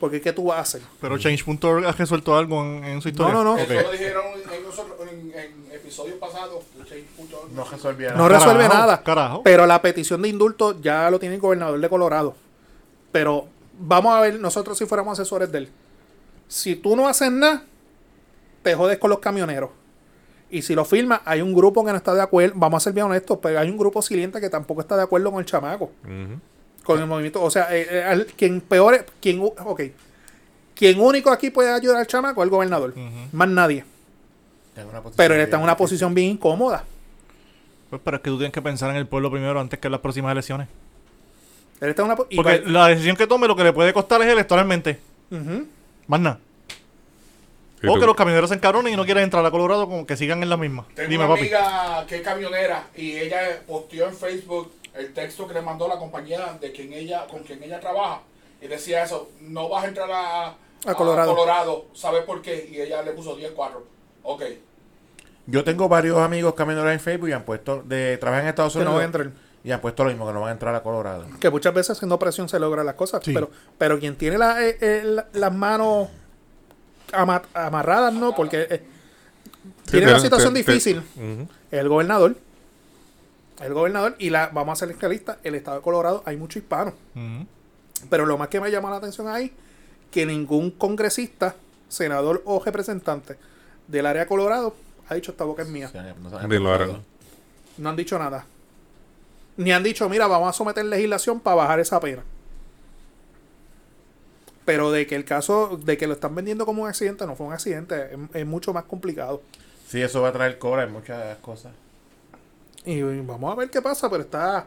S1: Porque ¿qué tú vas a hacer?
S3: Pero Change.org ha resuelto algo en, en su historia.
S1: No, no, no.
S6: Eso lo dijeron en, nosotros- en- en episodios pasados. Change.org.
S4: No resolvieron.
S1: No
S3: Carajo,
S1: resuelve nada.
S3: carajo.
S1: Pero la petición de indulto ya lo tiene el gobernador de Colorado. Pero vamos a ver, nosotros si fuéramos asesores de él. Si tú no haces nada, te jodes con los camioneros. Y si lo firmas, hay un grupo que no está de acuerdo. Vamos a ser bien honestos, pero hay un grupo siliente que tampoco está de acuerdo con el chamaco. Con el movimiento. O sea, eh, eh, al- quien peor es- Quien, u- ok. Quien único aquí puede ayudar al chamaco es el gobernador. Más nadie.
S4: Está en una posición
S1: Pero él está en
S4: bien
S1: una
S4: difícil.
S1: posición bien incómoda.
S3: Pues, pero es que tú tienes que pensar en el pueblo primero antes que en las próximas elecciones.
S1: Él está en una po- y
S3: Porque
S1: va-
S3: la decisión que tome lo que le puede costar es electoralmente.
S1: Ujú.
S3: Más nada.
S2: ¿Y
S3: O
S2: tú?
S3: que los camioneros se encabronen y no quieran entrar a Colorado, como que sigan en la misma.
S6: Tengo
S3: Dime,
S6: una
S3: papi.
S6: amiga que es camionera y ella posteó en Facebook el texto que le mandó la compañía de quien ella, con quien ella trabaja. Y decía eso, no vas a entrar a, a
S1: Colorado.
S6: Colorado, ¿sabes por qué? Y ella le puso 10-4. Ok.
S4: Yo tengo varios amigos camioneros en Facebook y han puesto. de Trabajan en Estados
S1: Que no
S4: Unidos.
S1: entren.
S4: Y han puesto lo mismo, que no van a entrar a Colorado.
S1: que muchas veces haciendo presión se logra las cosas,
S3: Sí.
S1: pero, pero quien tiene la- eh, eh, la- las manos ama- amarradas, ¿no? Porque eh, tiene una
S2: tienen-
S1: situación
S2: te- te-
S1: difícil. El gobernador, el gobernador, y la vamos a ser realistas, el estado de Colorado hay muchos hispanos.
S3: Ujú.
S1: Pero lo más que me llama la atención ahí, que ningún congresista, senador o representante del área de Colorado ha dicho esta boca es mía.
S4: O sea, no saben
S2: Dilo ahora.
S4: Colorado.
S1: No han dicho nada. Ni han dicho, mira, vamos a someter legislación para bajar esa pena. Pero de que el caso, de que lo están vendiendo como un accidente, no fue un accidente, es, es mucho más complicado.
S4: Sí, eso va a traer cobra en muchas cosas.
S1: Y, vamos a ver qué pasa, pero está,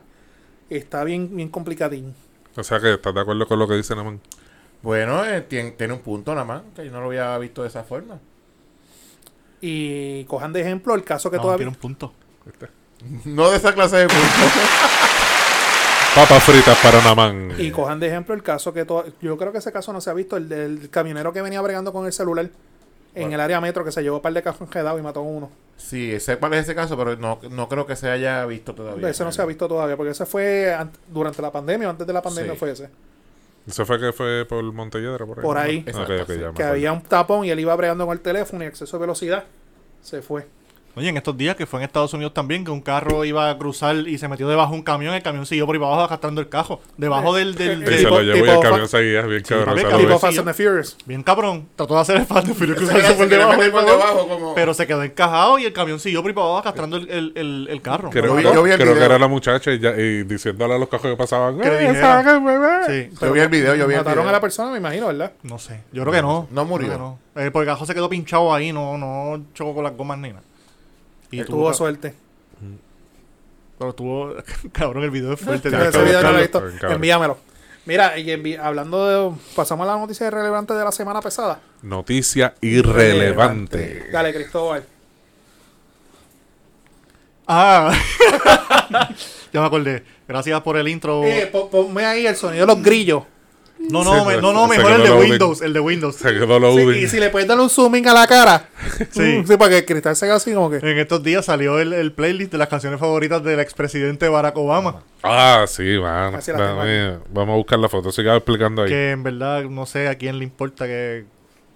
S1: está bien, bien complicadín.
S2: O sea que estás de acuerdo con lo que dice Namán.
S4: Bueno, eh, tien- tiene un punto nada más, que yo no lo había visto de esa forma.
S1: Y cojan de ejemplo el caso que
S3: No,
S1: todavía.
S3: tiene un punto.
S2: Este,
S4: No de esa clase de punto.
S2: Papas fritas para Namán.
S1: Y cojan de ejemplo el caso que to- yo creo que ese caso no se ha visto, el del camionero que venía bregando con el celular en el área metro que se llevó un par de cajón quedado y mató a uno.
S4: Sí, sé cuál es ese caso, pero no, no creo que se haya visto todavía.
S1: Ese no se ha visto todavía, porque ese fue an- durante la pandemia o antes de la pandemia
S4: Sí.
S1: fue ese.
S2: ¿Eso fue que fue por Montelledra? Por ahí.
S1: Por
S2: ¿no?
S1: ahí.
S2: Ok,
S4: Exacto,
S2: ok, ya
S4: sí.
S2: me
S1: Que
S2: acuerdo.
S1: había un tapón y él iba bregando con el teléfono y exceso de velocidad. Se fue.
S3: Oye, en estos días que fue en Estados Unidos también, que un carro iba a cruzar y se metió debajo de un camión, el camión siguió por ahí para abajo arrastrando el cajo. Debajo del... del,
S1: Eh, eh.
S2: Y
S3: del-
S2: se
S1: tipo-
S2: lo llevó y el
S1: tipo-
S2: camión seguía bien cabrón.
S3: papi,
S2: ¿sabes?
S3: cabrón.
S1: Tipo
S3: ves.
S1: Fast and the Furious.
S3: Bien cabrón, trató de hacer el fan de Fury
S4: Se
S3: cruzarse
S4: quería-
S3: por
S4: se quería
S3: debajo,
S4: meter por
S3: cabrón.
S4: debajo, como-
S3: Pero se quedó encajado y el camión siguió por ahí para abajo arrastrando el, el, el- el carro.
S2: Creo,
S4: Yo vi-
S2: no,
S4: yo vi el
S2: creo que
S4: video.
S2: era la muchacha y, ya- y diciéndole a los cajos que pasaban.
S3: Que le
S2: "Eh,
S3: dijera".
S2: sáquenme, ve".
S3: Sí,
S4: Yo vi el video, yo vi el
S1: Mataron
S4: video.
S1: a la persona, me imagino, ¿verdad?
S3: no sé. Yo creo que no.
S4: No murió.
S3: Creo que no. Eh, porque el cajo se quedó pinchado ahí, no, no chocó con las gomas ni nada. Y
S1: Tuvo
S3: tuvo,
S1: suerte.
S3: pero tuvo, cabrón, el video es fuerte.
S1: Pero
S3: tío.
S1: ese video no lo he visto.
S2: Carlos, Carlos.
S1: Envíamelo. Mira, y envi- hablando de. Pasamos a la noticia relevante de la semana pasada.
S2: Noticia irrelevante.
S1: Dale, Cristóbal.
S3: Ah, ya me acordé. Gracias por el
S4: Oh.
S3: intro.
S1: Eh, pon- ponme ahí el sonido de los grillos.
S3: No, no, me- no, no,
S2: Se
S3: mejor el de
S2: quedó la
S3: Windows, el de Windows.
S2: Se quedó lo
S4: Oh,
S1: Sí,
S2: Udin.
S1: y si le puedes dar un zooming a la cara.
S3: Sí.
S1: Mm, sí, para que el cristal se haga así como que.
S3: En estos días salió el, el playlist de las canciones favoritas del expresidente Barack Obama.
S2: Ah, sí, mano.
S1: Así la tengo
S2: Dame- vamos a buscar la foto. Siga explicando ahí.
S3: Que en verdad no sé a quién le importa que-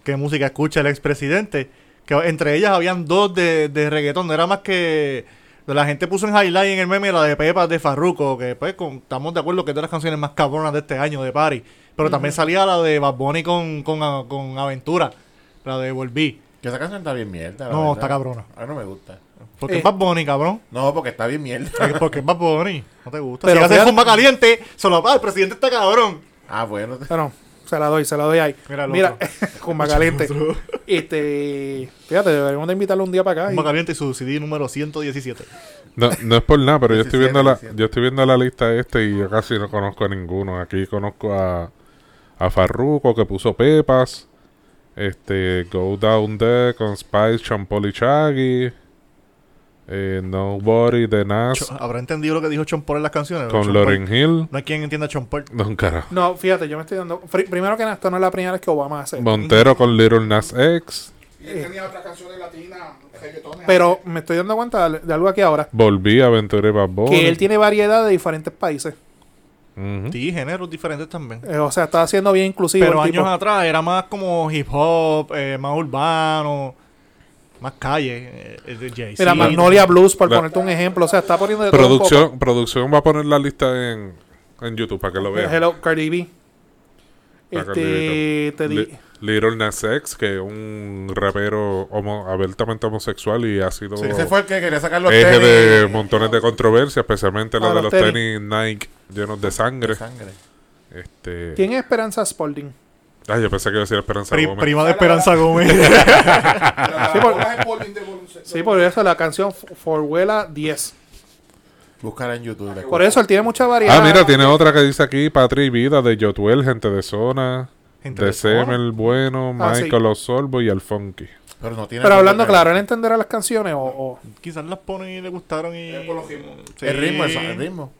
S3: qué música escucha el expresidente. Que entre ellas habían dos de, de reggaetón. No era más que. La gente puso en highlight en el meme la de Pepa de Farruko. Que pues con- estamos de acuerdo que es de las canciones más cabronas de este año de Party. Pero también salía la de Bad Bunny con, con, con Aventura. La de Volví.
S4: Que esa canción está bien mierda. la
S3: No,
S4: Ah, verdad.
S3: está cabrona.
S4: A mí no me gusta.
S3: Porque
S1: Eh.
S3: es Bad Bunny, cabrón.
S4: No, porque está bien mierda.
S3: Es Porque es Bad Bunny. No te gusta.
S1: Pero
S3: si haces
S1: fíjate-
S3: fumba caliente, solo. Ah, el presidente está cabrón.
S4: Ah, bueno. te-
S1: Bueno, se la doy, se la doy ahí.
S3: Mira el
S1: Mira,
S3: otro.
S1: con Macaliente. este. Fíjate, deberíamos de invitarlo un día para acá. y-
S3: Fumba caliente y su CD número 117.
S2: No, no es por nada, pero yo estoy
S4: 17,
S2: viendo la,
S4: 17.
S2: yo estoy viendo la lista este y yo casi no conozco a ninguno. Aquí conozco a, a Farruko que puso Pepas, este, Go Down There con Spice Champolichagui, eh, Nobody de Nas
S3: Cho- ¿Habrá entendido lo que dijo Chompor en las canciones?
S2: con
S3: Sean
S2: Loren Hill.
S3: Paul- No hay quien entienda a Chompor.
S2: No, carajo.
S1: No, fíjate, yo me estoy dando. fri- Primero que nada, esto no es la primera vez que Obama hace.
S2: Montero con Little Nas X.
S6: Y él tenía otras canciones latinas, reggaetones.
S1: Pero me estoy dando cuenta de de algo aquí ahora.
S2: Volví a Aventura y Bad Bunny.
S1: Que él tiene variedad de diferentes países.
S2: Ujú.
S3: Sí, géneros diferentes también.
S1: Eh, o sea, está haciendo bien inclusivo.
S3: Pero
S1: el
S3: años
S1: tipo.
S3: atrás era más como hip hop, eh, más urbano, más calle. eh, eh, Jay-Z.
S1: Mira, Magnolia Blues, por
S2: La-
S1: ponerte un ejemplo. O sea, está poniendo de todo un
S2: Producción, producción va a poner la lista en, en YouTube para que lo
S1: poco.
S2: vean.
S1: Eh, Hello, Cardi B.
S2: Para que
S1: Este, te di-
S2: Li- Little Nas X, que es un rapero homo- abiertamente homosexual y ha sido
S4: Ese fue el que quería sacar los
S2: Oh. eje
S4: tenis.
S2: de montones de controversia, especialmente la
S1: Ah,
S2: de
S1: los
S2: los
S1: tenis.
S2: tenis. Nike llenos de sangre.
S4: Sangre.
S2: Este,
S1: ¿Quién es Esperanza Spalding?
S2: Ay, yo pensé que iba a decir Esperanza
S3: Pri-
S2: Gómez.
S3: prima de Esperanza Gómez.
S1: Sí,
S6: Sí,
S1: por-
S6: por,
S1: Sí, por eso la canción F- Forhuela 10.
S4: Búscala en YouTube. la-
S1: Por eso él tiene mucha variedad.
S2: Ah, mira, tiene otra que dice aquí, Patria y Vida, de Yotuel, Gente de Zona,
S3: Gente
S2: de
S3: de Zona.
S2: Sem, El Bueno,
S1: Ah, sí.
S2: Michael Osorbo y El Funky.
S4: Pero no tiene
S1: Pero hablando
S4: nombre,
S1: claro, él entenderá las canciones o. o-
S3: Quizás las pone y le gustaron y...
S6: por los ritmos.
S3: Sí.
S4: El ritmo, eso, el ritmo.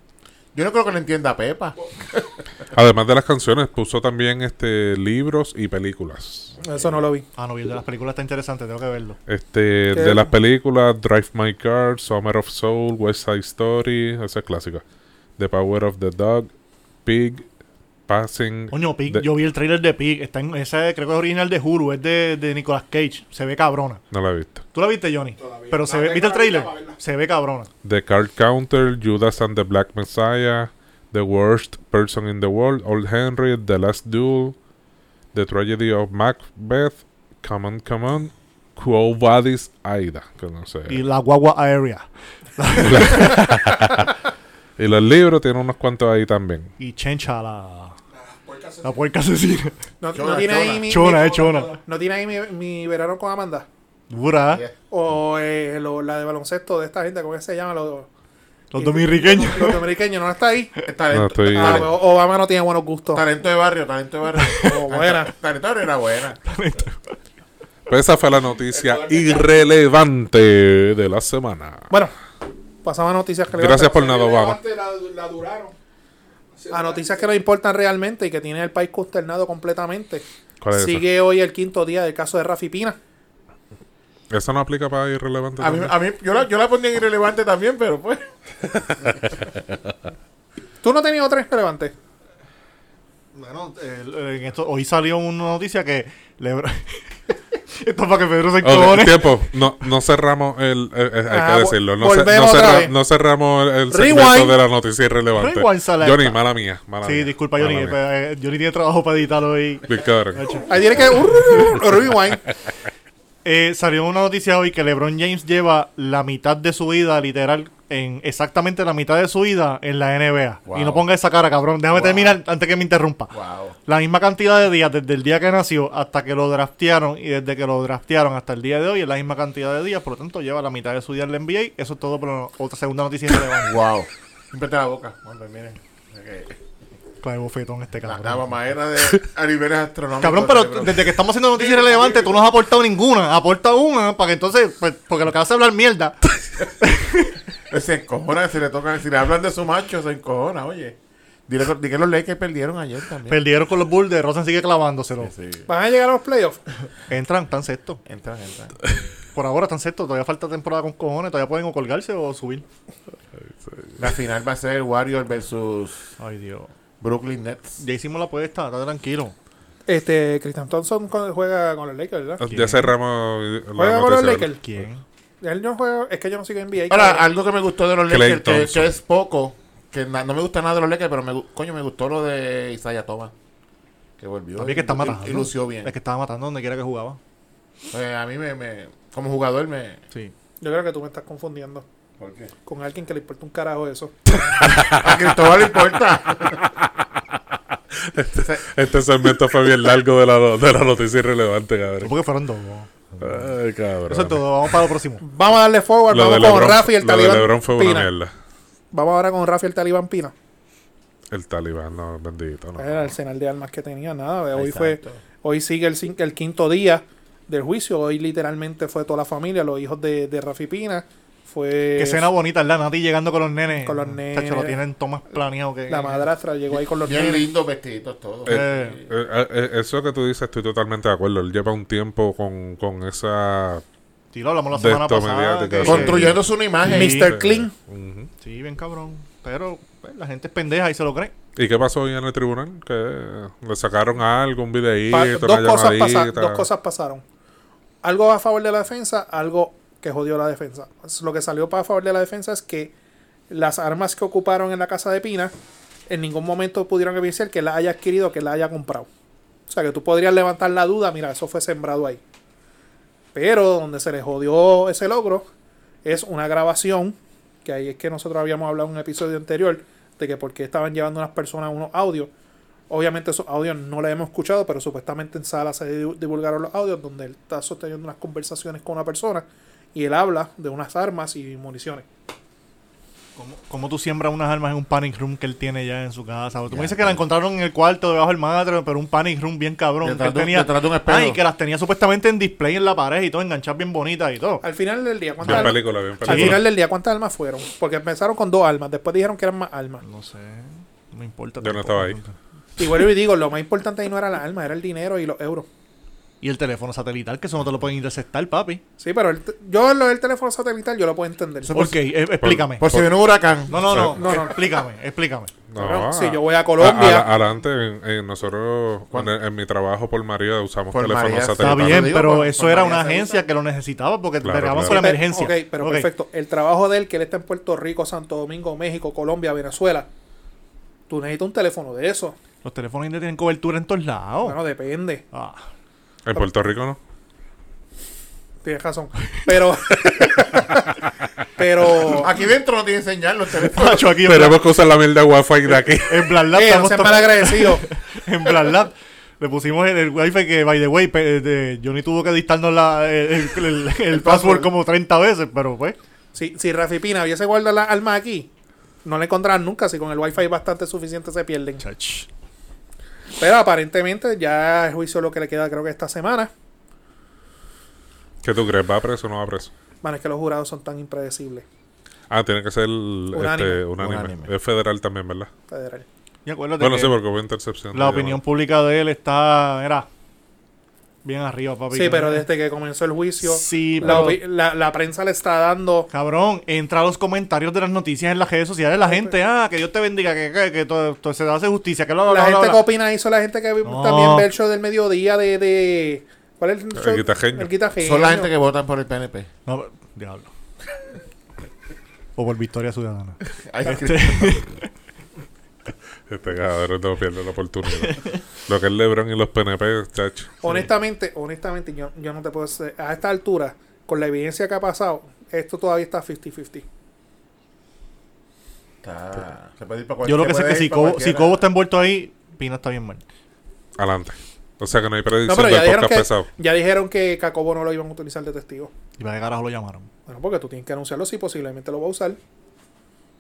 S4: Yo no creo que lo entienda Pepa.
S2: Además de las canciones, puso también este libros y películas.
S1: Eso no lo vi.
S3: Ah, no, vi el de las películas está interesante, tengo que verlo.
S2: Este,
S1: ¿Qué?
S2: de las películas Drive My Car, Summer of Soul, West Side Story, esa es clásica. The Power of the Dog, Pig, Passing.
S3: Coño, Pig,
S2: The-
S3: yo vi el trailer de Pig. Está en, esa creo que es original de Hulu, es de, de Nicolas Cage. Se ve cabrona.
S2: No la he visto.
S3: ¿Tú la viste, Johnny?
S6: Todavía.
S3: Pero se
S6: La
S3: ve, ¿viste el
S6: tengo la
S3: trailer?
S6: mitad para verla.
S3: Se ve cabrona.
S2: The Card Counter, Judas and the Black Messiah, The Worst Person in the World, Old Henry, The Last Duel, The Tragedy of Macbeth, Come on, Come on, Quo Vadis Aida, que no sé.
S3: Y la guagua aérea.
S2: Y los libros tienen unos cuantos ahí también.
S3: Y Chencha, la, la puerca asesina.
S1: No,
S4: Chona,
S1: no tiene ahí
S4: chona.
S1: mi.
S3: Chona,
S1: mi-
S3: eh, chona.
S1: No tiene ahí mi, mi verano con Amanda.
S3: Dura, ¿eh?
S4: Yeah.
S1: O eh, lo- la de baloncesto de esta gente, ¿cómo que se llama? Los,
S3: Los dominicanos.
S1: los dominiqueños, no está ahí.
S4: El
S2: No,
S4: Talento,
S2: estoy-
S1: Ah, pues, Obama no tiene buenos gustos.
S4: talento de barrio, talento de barrio.
S1: Oh, buena.
S4: Talento de barrio era buena.
S2: Pues esa fue la noticia irrelevante de la semana.
S1: Bueno, pasamos a noticias que le
S2: Gracias por nada, Obama.
S6: La, la duraron.
S1: a noticias que nos importan realmente y que tiene el país consternado completamente.
S2: ¿Cuál es
S1: Sigue hoy el quinto día del caso de Rafi Pina.
S2: esa? Eso no aplica para irrelevante.
S4: A mí,
S2: también?
S4: a mí yo, la, yo la pondría en irrelevante también, pero pues.
S1: ¿Tú no tenías otra relevante?
S3: Bueno, el- el- en esto, hoy salió una noticia que Lebron, Esto es para que Pedro se
S2: Ok,
S3: encojone.
S2: tiempo. No, no cerramos el. eh, eh, hay
S1: Ah,
S2: que
S1: vo-
S2: decirlo. No, cer- no,
S1: volvemos otra
S2: cerra-
S1: vez.
S2: no cerramos el, el segmento
S1: Rewind.
S2: de la noticia irrelevante.
S3: Rewind, Saleta.
S2: Johnny, mala mía. Mala
S3: Sí,
S2: mía,
S3: disculpa,
S2: mala
S3: Johnny.
S2: mía.
S3: eh, Johnny tiene trabajo para editarlo hoy.
S2: Bien cabrón.
S1: Ahí tiene que. Rewind.
S3: Eh, salió una noticia hoy que LeBron James lleva la mitad de su vida, literal, en exactamente la mitad de su vida en la NBA.
S4: Wow.
S3: Y no ponga esa cara, cabrón. Déjame terminar antes que me interrumpa.
S4: Wow.
S3: La misma cantidad de días desde el día que nació hasta que lo draftearon y desde que lo draftearon hasta el día de hoy es la misma cantidad de días, por lo tanto lleva la mitad de su día en la NBA. Eso es todo por la- otra segunda noticia irrelevante.
S4: Wow. Siempre la boca. Bueno, pues miren. Ok.
S3: Clave bofetón este
S4: La,
S3: cabrón.
S4: la mamadera de a niveles astronómicos.
S3: Cabrón,
S4: de
S3: pero
S4: Lebron.
S3: desde que estamos haciendo noticias relevantes, tú no has aportado ninguna. Aporta una para que entonces, pues, porque lo que hace es hablar mierda.
S4: Se encojona, si le tocan, si le hablan de su macho, se encojona, oye. Dile, dile que los Lakers perdieron ayer también.
S3: Perdieron con los Bulls de Rosen sigue clavándoselo.
S4: Sí.
S1: Van a llegar a los playoffs.
S3: Entran, están sexto.
S4: Entran, entran.
S3: Por ahora están sexto, todavía falta temporada con cojones, todavía pueden o colgarse o subir.
S4: La final va a ser Warriors versus
S3: Ay Dios.
S4: Brooklyn Nets.
S3: Ya hicimos la apuesta, está tranquilo.
S1: Este, Christian Thompson con- juega con los Lakers, ¿verdad?
S2: Ya cerramos. eh, la
S1: Juega con los
S2: noticia,
S1: Lakers.
S3: ¿Quién?
S1: Él no juega, es que yo no sigo en NBA.
S4: Ahora,
S1: cabrón.
S4: algo que me gustó de los
S2: Klay
S4: Lakers, que,
S2: Thompson.
S4: que es poco, que na- no me gusta nada de los Lakers, pero me, gu- coño, me gustó lo de Isaiah Thomas. Que volvió.
S3: También que está
S4: y-
S3: matando.
S4: Y lució bien.
S3: Es que estaba matando donde quiera que jugaba.
S4: Eh, a mí, me, me- como jugador, me.
S3: Sí.
S1: Yo creo que tú me estás confundiendo
S4: ¿Por qué?
S1: con alguien que le importa un carajo eso.
S4: A Cristóbal le importa.
S2: Este segmento fue bien largo de la, de la noticia irrelevante, cabrón.
S3: Porque fueron dos.
S2: Ay, cabrón.
S3: Eso es todo, vamos para lo próximo.
S1: Vamos a darle forward,
S2: Lo de
S1: vamos con
S2: Lebron,
S1: Rafi el
S2: lo de
S1: Talibán.
S2: Lebron fue
S1: Pina.
S2: una mierda.
S1: Vamos ahora con Rafi el Talibán Pina.
S2: El Talibán, no, bendito. No.
S1: Era el arsenal de armas que tenía, nada. Hoy
S4: Exacto.
S1: fue, hoy sigue el, cin- el quinto día del juicio. Hoy literalmente fue toda la familia, los hijos de, de Rafi Pina. Fue
S3: Qué escena bonita, la Nati llegando con los nenes.
S1: Con los
S3: Chacho, lo
S1: nenes.
S3: tienen todo más planeado que.
S1: la madrastra, llegó ahí con los
S4: Bien
S1: nenes.
S4: lindo, vestiditos todos.
S3: Eh,
S2: Eh, eh, eh, eso que tú dices, estoy totalmente de acuerdo. Él lleva un tiempo con, con esa.
S3: Sí, lo hablamos la
S2: De
S3: semana
S2: esto
S3: pasada.
S2: mediático,
S3: que-
S2: sí. Construye-
S4: Construyéndose una imagen.
S3: Sí.
S1: Mr. Clean.
S2: Ujú.
S3: Sí, bien cabrón. Pero pues, la gente es pendeja y se lo cree.
S2: ¿Y qué pasó hoy en el tribunal? Que le sacaron algo, un videíto,
S1: Pa-
S2: una
S1: dos, cosas pasa-
S2: llamadita.
S1: dos cosas pasaron. Algo a favor de la defensa, algo que jodió la defensa. Lo que salió para favor de la defensa es que las armas que ocuparon en la casa de Pina en ningún momento pudieron evidenciar que la haya adquirido, que la haya comprado. O sea, que tú podrías levantar la duda, mira, eso fue sembrado ahí. Pero donde se les jodió ese logro es una grabación, que ahí es que nosotros habíamos hablado en un episodio anterior, de que porque estaban llevando unas personas unos audios. Obviamente esos audios no los hemos escuchado, pero supuestamente en sala se divu- divulgaron los audios donde él está sosteniendo unas conversaciones con una persona y él habla de unas armas y municiones.
S3: ¿Cómo, cómo tú siembras unas armas en un panic room que él tiene ya en su casa? Tú me dices que la encontraron en el cuarto debajo del madre, pero un panic room bien cabrón.
S4: Detrás
S3: que él
S4: de un-
S3: tenía,
S4: detrás de un espejo.
S3: Ay, que las tenía supuestamente en display en la pared y todo, enganchadas bien bonitas y todo.
S1: Al final del día, ¿cuántas
S2: Bien
S1: armas?
S2: película, bien
S1: Al
S2: película.
S1: final del día, ¿cuántas armas fueron? Porque empezaron con dos armas, después dijeron que eran más armas.
S3: No sé, no me importa.
S2: Yo no estaba
S3: tampoco.
S2: ahí.
S1: Y vuelvo y digo, lo más importante ahí no era las armas, era el dinero y los euros.
S3: Y el teléfono satelital, que eso no te lo pueden interceptar, papi.
S1: Sí, pero el te- yo lo del teléfono satelital yo lo puedo entender.
S3: ¿Por qué? Eh, explícame.
S4: Por si viene un huracán.
S3: no, no, no,
S1: No, no.
S3: Explícame, explícame.
S1: Cabrón,
S2: No,
S1: si
S2: a-
S1: yo voy a
S2: a-
S1: Colombia-
S2: a- Adelante, en, en nosotros, en,
S4: ¿Cuándo?
S2: en mi trabajo por María, usamos
S4: Por
S2: teléfonos
S4: María, está
S3: Está
S2: satelitales.
S3: bien,
S4: digo,
S3: pero
S4: por-
S3: eso
S4: por
S3: era
S4: María
S3: una
S4: Segunda.
S3: agencia que lo necesitaba porque
S2: Claro,
S3: peleamos
S2: claro.
S3: con la
S1: Pero-
S3: emergencia.
S1: Ok, pero
S3: Ok.
S1: perfecto. El trabajo de él, que él está en Puerto Rico, Santo Domingo, México, Colombia, Venezuela. Tú necesitas un teléfono de eso.
S3: Los teléfonos indígenas tienen cobertura en todos lados.
S1: Bueno, depende.
S3: Ah,
S2: En Puerto Rico no.
S1: Tienes razón. Pero. pero.
S4: Aquí dentro no tiene señal los teléfonos.
S3: Pacho, aquí en Bla-
S2: Tenemos que usar la mierda de wifi de aquí.
S3: en Blanlab
S1: Eh, no
S3: estamos
S1: seas
S3: to-
S1: mal agradecido.
S3: en Blanlab le pusimos el, el wifi que, by the way, pe- de- Johnny tuvo que dictarnos la, el, el- el- el password como 30 veces, pero pues.
S1: Si, si Rafi Pina hubiese guardado las armas aquí, no la encontrarán nunca. Si con el wifi bastante suficiente se pierden.
S3: Chach.
S1: Pero aparentemente ya el juicio lo que le queda, creo que esta semana.
S2: ¿Qué tú crees? ¿Va preso o no va preso?
S1: Man, es que los jurados son tan impredecibles.
S2: Ah, tiene que ser este,
S1: Unánime.
S2: unánime.
S4: Unánime.
S2: Es federal también, ¿verdad?
S1: Federal.
S3: Y acuérdate
S2: Bueno,
S3: que
S2: sí, porque hubo intercepción.
S3: la
S2: de
S3: opinión pública de él está, era bien arriba, papi.
S1: Sí, pero desde que comenzó el juicio,
S3: Sí,
S1: la,
S3: pero-
S1: opi- la- la prensa le está dando
S3: Cabrón, entra a los comentarios de las noticias en las redes sociales. La gente, ah, que Dios te bendiga, que, que, que todo, todo se hace justicia, que lo
S1: La gente que opina hizo, la gente que
S3: No.
S1: también ve el show del mediodía de, de, ¿Cuál es el,
S2: El guitajeño.
S1: El guitajeño.
S4: Son la gente que votan por el PNP.
S3: No, pero- diablo. o por Victoria Ciudadana.
S4: Ay,
S2: Este cabrón no pierde la oportunidad. Lo que es LeBron y los PNP, chacho.
S1: Honestamente, honestamente, yo, yo no te puedo hacer. A esta altura, con la evidencia que ha pasado, esto todavía está 50-50.
S4: Está- se puede ir pa' cual-
S3: Yo lo
S4: se
S3: que sé es
S4: puede
S3: que
S4: ir
S3: si
S4: pa'
S3: Cobo, si
S4: cualquiera.
S3: Cobo está envuelto ahí, Pina está bien mal.
S2: Adelante. O sea que no hay
S1: No,
S2: predicción
S1: pero ya
S2: del
S1: dijeron,
S2: podcast pesado.
S1: que, ya dijeron que Cacobo no lo iban a utilizar de testigo.
S3: ¿Y para qué carajo lo llamaron?
S1: Bueno, porque tú tienes que anunciarlo si posiblemente lo va a usar.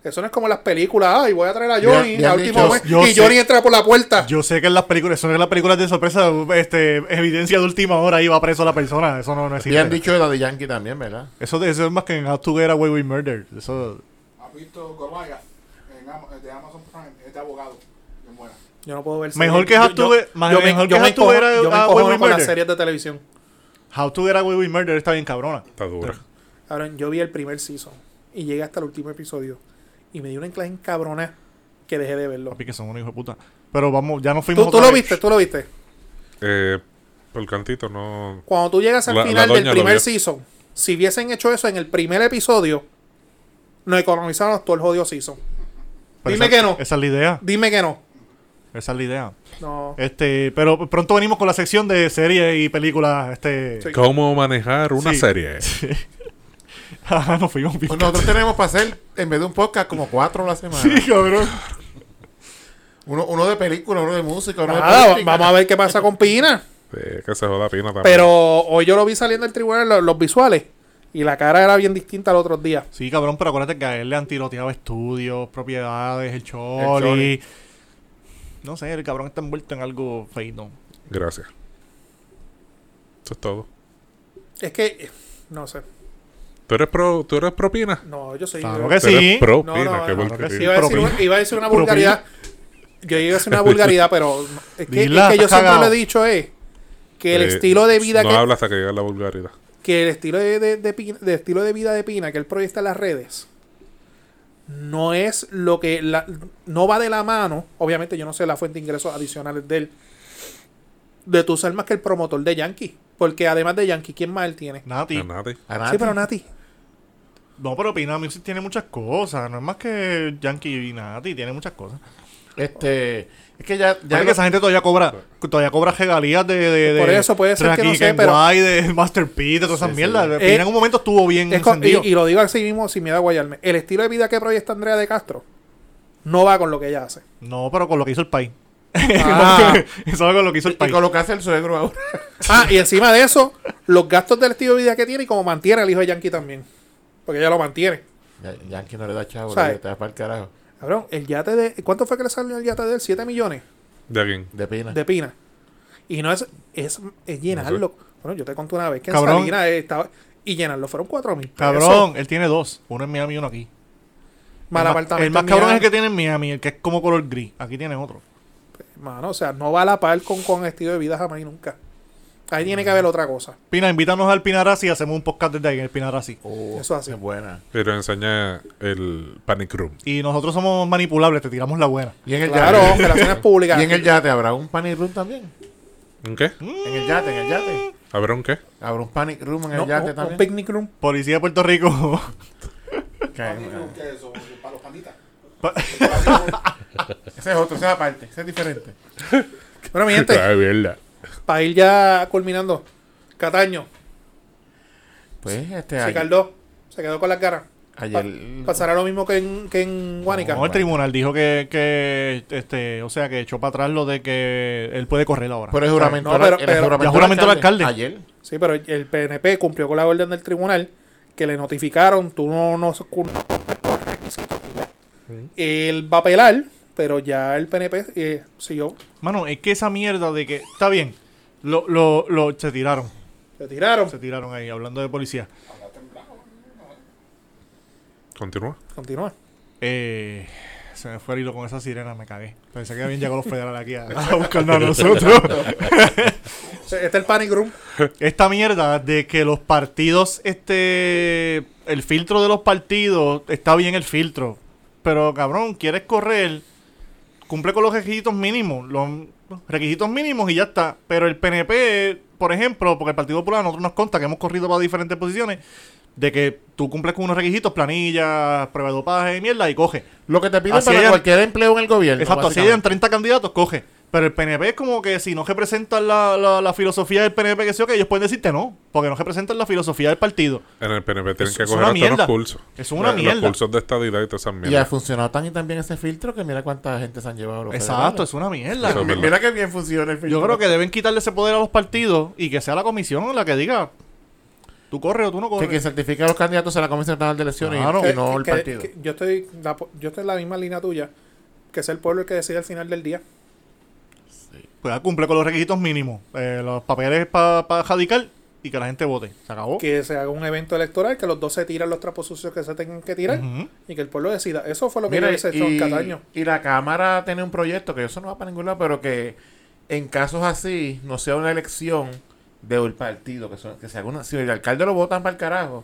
S1: Eso no es como las películas. Ay, voy a traer a
S4: Ya-
S1: Johnny
S4: ya
S1: a
S4: han
S1: último
S4: dicho-
S1: mes,
S3: yo
S1: y
S3: sé-
S1: Johnny entra por la puerta.
S3: Yo sé que en las películas, eso en las películas de sorpresa, este, evidencia de última hora, iba preso la persona. Eso no, no
S4: Y han
S3: existe.
S4: dicho de Daddy Yankee también, ¿verdad?
S3: Eso, de- eso es más que en How to Get Away with Murder. Eso,
S6: ¿Has visto Gormaya? En Am- de Amazon Prime, es de abogado. Es buena.
S1: Yo no puedo ver
S3: Mejor
S1: series.
S3: que
S1: Yo-
S3: Has to
S1: yo-
S3: Be- más-
S1: yo me-
S3: mejor
S1: yo
S3: que
S1: me
S3: Has to Be
S1: encojono-
S3: a-
S1: Yo me
S3: a
S1: encojono
S3: Will
S1: con las
S3: Murder.
S1: series de televisión.
S3: How to Get Away with Murder está bien cabrona.
S2: Está dura.
S1: Ahora, yo vi el primer season y llegué hasta el último episodio y me dio una enclave encabrona que dejé de verlo.
S3: Papi, que son unos hijos de puta. Pero vamos, ya nos fuimos.
S1: Tú, tú
S3: otra
S1: lo
S3: vez.
S1: viste, tú lo viste.
S2: Eh, por cantito, no.
S1: Cuando tú llegas al
S2: La- la
S1: final
S2: doña
S1: del
S2: lo
S1: primer
S2: vio.
S1: season, si hubiesen hecho eso en el primer episodio, nos economizaron todo el jodido season.
S3: Pero
S1: Dime
S3: esa-
S1: que no.
S3: Esa es la idea.
S1: Dime que no.
S3: Esa es la idea.
S1: No.
S2: Eh,
S3: Este, pero pronto venimos con la sección de series y películas. Este.
S1: Sí.
S2: ¿Cómo manejar una
S3: Sí.
S2: serie?
S3: Ajá, nos fuimos
S1: Oh,
S3: bien.
S4: Pues nosotros tenemos para hacer, en vez de un podcast, como cuatro a la semana.
S3: Sí, cabrón.
S4: Uno, uno de película, uno de música, uno de
S1: Nada, va-
S4: política.
S1: vamos a ver qué pasa con Pina.
S2: Eh, que se joda Pina también.
S1: Pero hoy yo lo vi saliendo del tribunal, lo- los, visuales, y la cara era bien distinta al otro día.
S3: Sí, cabrón, pero acuérdate que a él le han tiroteado estudios, propiedades, el choli.
S4: choli.
S3: No sé, el cabrón está envuelto en algo feito.
S2: Gracias. Eso es todo.
S1: Es que, eh, no sé.
S2: ¿Tú eres pro, tú eres pro Pina?
S1: No, yo soy.
S3: Claro
S1: yo-
S3: que
S2: ¿Tú
S3: sí.
S2: eres pro
S1: No,
S2: Pina?
S1: no,
S2: Qué
S1: no,
S2: buen
S3: claro que
S2: que
S3: sí.
S1: Iba a, decir,
S3: Propina.
S1: una- iba a decir una
S3: Propina.
S1: vulgaridad. Yo iba a decir una vulgaridad, pero es que, es
S3: Dila,
S1: que yo
S3: estás
S1: siempre
S3: cagao.
S1: lo he dicho es que el
S2: Eh,
S1: estilo de vida
S2: No
S1: que,
S2: habla hasta que llegue la vulgaridad.
S1: que el estilo de, de- de Pina- de estilo de vida de Pina que él proyecta en las redes no es lo que la- no va de la mano. Obviamente yo no sé la fuente de ingresos adicionales de él. De tus almas que el promotor de Yankee. Porque además de Yankee, ¿quién más él tiene?
S3: Nati.
S2: A nadie.
S4: A nadie.
S1: Sí, pero Nati.
S3: No, pero Pina Music tiene muchas cosas. No es más que Yankee y Nati, tiene muchas cosas.
S4: Este, es que ya,
S3: Ya
S4: ya
S3: que esa gente todavía cobra todavía cobra regalías de, de, de
S1: Pues. Por eso puede ser que no
S3: Rakim
S1: sé,
S3: Ken
S1: pero-
S3: Guay, de Master P, de todas esas mierdas. Pina
S1: Eh,
S3: en un momento estuvo bien
S1: Es con- y,
S3: encendido.
S1: y lo digo así mismo sin miedo a guayarme. El estilo de vida que proyecta Andrea de Castro no va con lo que ella hace.
S3: No, pero con lo que hizo el país.
S1: Ah.
S3: Eso es con lo que hizo el
S4: y
S3: país.
S4: colocarse el suegro ahora.
S1: Ah, y encima de eso, los gastos del estilo de vida que tiene y como mantiene al hijo de Yankee también. Porque ella lo mantiene.
S4: Ya- Yankee no le da chavo,
S1: ¿Sabes?
S4: le da para el carajo.
S1: Cabrón, el yate de. ¿Cuánto fue que le salió el yate de él? 7 millones
S2: ¿De quién?
S4: De pina.
S1: de pina. Y no es. Es, es llenarlo. Bueno, yo te conté una vez que
S3: Cabrón.
S1: en Salinas estaba. Y llenarlo fueron 4 mil. pesos.
S3: Cabrón, él tiene dos. Uno en Miami y uno aquí.
S1: Mal
S3: el, más,
S1: apartamento.
S3: el más cabrón es el
S1: mira.
S3: que tiene en Miami, el que es como color gris. Aquí tiene otro.
S1: Mano, o sea, no va a la par con, con estilo de vida jamás y nunca. Ahí tiene que haber otra cosa.
S3: Pina, invítanos al Pinarazzi y hacemos un podcast desde ahí en el Pinarazzi.
S4: Oh,
S1: Eso así.
S4: Es buena.
S2: Pero enseña el Panic Room.
S3: Y nosotros somos manipulables, te tiramos la buena.
S4: Y en el
S1: Claro,
S4: yate.
S1: relaciones públicas.
S4: Y en el yate habrá un panic room también.
S2: ¿Un qué?
S4: En el yate, en el yate.
S2: ¿Habrá un qué?
S4: Habrá un panic room en
S1: No,
S4: el yate
S1: un- un
S4: también.
S1: picnic room.
S3: Policía de Puerto Rico.
S1: Ah.
S4: Que-
S6: ¿Qué es eso? Para los panditas.
S3: Pa-
S4: Ese es otro, ese es aparte, ese es diferente.
S1: Bueno, mi gente,
S2: Ay, mierda.
S1: para ir ya culminando. Cataño,
S4: Pues este
S1: se
S4: ayer,
S1: caldó, se quedó con las caras.
S4: ayer-
S1: Pasará lo mismo que en, que en Guánica.
S3: No, el tribunal dijo que, que, este, o sea, que echó para atrás lo de que él puede correr ahora.
S4: pero es juramento.
S1: No, pero-
S4: el
S1: pero-
S3: ya juramento al alcalde.
S4: Ayer.
S1: Sí, pero el PNP cumplió con la orden del tribunal que le notificaron, tú no nos Él va a apelar, pero ya el PNP eh, siguió,
S3: Mano, es que esa mierda de que. Está bien. Lo, lo, lo, se tiraron.
S1: se tiraron.
S3: Se tiraron ahí, hablando de policía.
S2: Continúa.
S1: Continúa.
S3: Eh, se me fue el hilo con esa sirena, me cagué. Pensé que habían llegado los federales aquí a, a buscarnos a nosotros.
S1: Este es el panic room.
S3: Esta mierda de que los partidos, este, el filtro de los partidos, está bien el filtro. Pero cabrón, quieres correr, cumple con los requisitos mínimos, los requisitos mínimos y ya está. Pero el PNP por ejemplo, porque el Partido Popular a nosotros nos consta que hemos corrido para diferentes posiciones, de que tú cumples con unos requisitos, planillas, prueba de dopaje y mierda, y coge.
S4: Lo que te piden
S3: Así
S4: para
S3: es.
S4: cualquier empleo en el gobierno.
S3: Exacto, así
S4: básicamente.
S3: en 30 candidatos, coge. Pero el PNP es como que si no representan la, la, la filosofía del PNP, que sí o que ellos pueden decirte no, porque no representan la filosofía del partido.
S2: En el PNP tienen
S3: Es-
S2: que
S3: es
S2: coger
S3: una
S2: hasta
S3: mierda.
S2: unos cursos.
S3: Es una
S2: Eh,
S3: mierda.
S2: Los cursos de estadidad y todas esas
S4: Y ha
S2: mierdas.
S4: funcionado tan y tan bien ese filtro que mira cuánta gente se han llevado. los
S3: Exacto,
S4: federales.
S3: es una mierda.
S2: Eso es verdad.
S4: Mira que bien funciona el filtro.
S3: Yo creo que deben quitarle ese poder a los partidos y que sea la comisión la que diga, tú corres o tú no
S4: que
S3: corres.
S4: quien certifica a los candidatos será la Comisión Nacional de Elecciones y-
S3: Claro.
S4: y,
S1: Que-
S4: no el
S1: que-
S4: partido.
S1: que yo, estoy la, po- yo estoy en la misma línea tuya, que es el pueblo el que decide al final del día.
S3: Pues ya cumple con los requisitos mínimos, eh, los papeles para radical y que la gente vote. Se acabó.
S1: Que se haga un evento electoral, que los dos se tiran los trapos sucios que se tengan que tirar
S3: Ujú.
S1: y que el pueblo decida. Eso fue lo que
S4: Mira,
S1: yo hice
S4: y,
S1: en Cataño.
S4: y la Cámara tiene un proyecto que eso no va para ningún lado, pero que en casos así no sea una elección del partido, que, son- que se haga una- si el alcalde lo votan para el carajo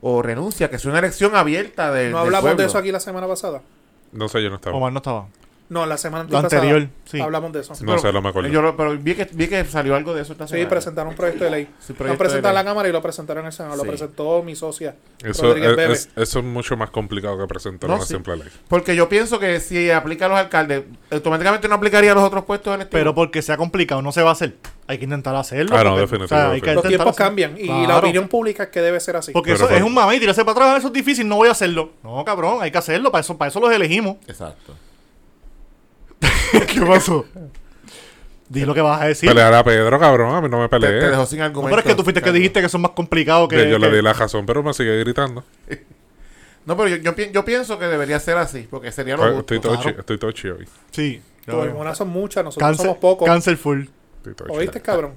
S4: o renuncia, que sea una elección abierta de,
S1: No hablamos de eso aquí la semana pasada.
S2: No sé, yo no estaba.
S3: Omar no estaba.
S1: No, la semana
S3: La
S1: antepasada
S3: anterior, sí.
S1: Hablamos de eso. Sí,
S2: No sé, no me acuerdo.
S4: Yo lo- pero vi que, vi que salió algo de eso esta semana.
S1: presentaron un proyecto de ley. lo
S4: Sí, proyecto
S1: presentaron en
S4: de
S1: la
S4: ley.
S1: Cámara y lo presentaron en el Senado. Lo
S4: Sí.
S1: presentó mi socia.
S2: Eso
S1: Rodríguez
S2: es,
S1: Bebe.
S2: es- eso es mucho más complicado que presentar
S4: No,
S2: una
S4: sí.
S2: simple ley.
S4: Porque yo pienso que si aplica a los alcaldes, automáticamente no aplicaría a los otros puestos electivos.
S3: Pero porque sea complicado, no se va a hacer. Hay que intentar hacerlo.
S2: Ah, no,
S3: porque-
S2: definitivo,
S3: hay que
S2: definitivo.
S1: Los
S3: intentar
S1: tiempos
S3: hacer-
S1: cambian y la
S3: Claro.
S1: opinión pública es que debe ser así.
S3: Porque
S2: Pero
S3: eso
S2: por-
S3: es un mame y tirarse para atrás, eso es difícil, no voy a hacerlo. No, cabrón, hay que hacerlo, para eso, para eso los elegimos.
S4: Exacto.
S3: ¿Qué pasó? Di lo que vas a decir.
S2: Pelear a Pedro, cabrón, a mí no me
S4: Te, te
S2: peleé.
S4: dejó sin
S3: No,
S4: argumento.
S3: pero es que tú fuiste el que
S4: Ricardo.
S3: dijiste que son más complicados que.
S2: yo le
S3: que-
S2: di la razón, pero me sigue gritando.
S4: No, pero yo, yo, pi- yo pienso que debería ser así, porque sería
S3: Pues,
S4: lo justo.
S2: Estoy todo
S3: claro.
S2: chi- estoy todo chi hoy.
S3: Sí.
S1: Las hormonas son muchas, nosotros
S3: Cáncer,
S1: somos pocos.
S3: cáncer full.
S2: Estoy todo chi.
S1: ¿Oíste, cabrón?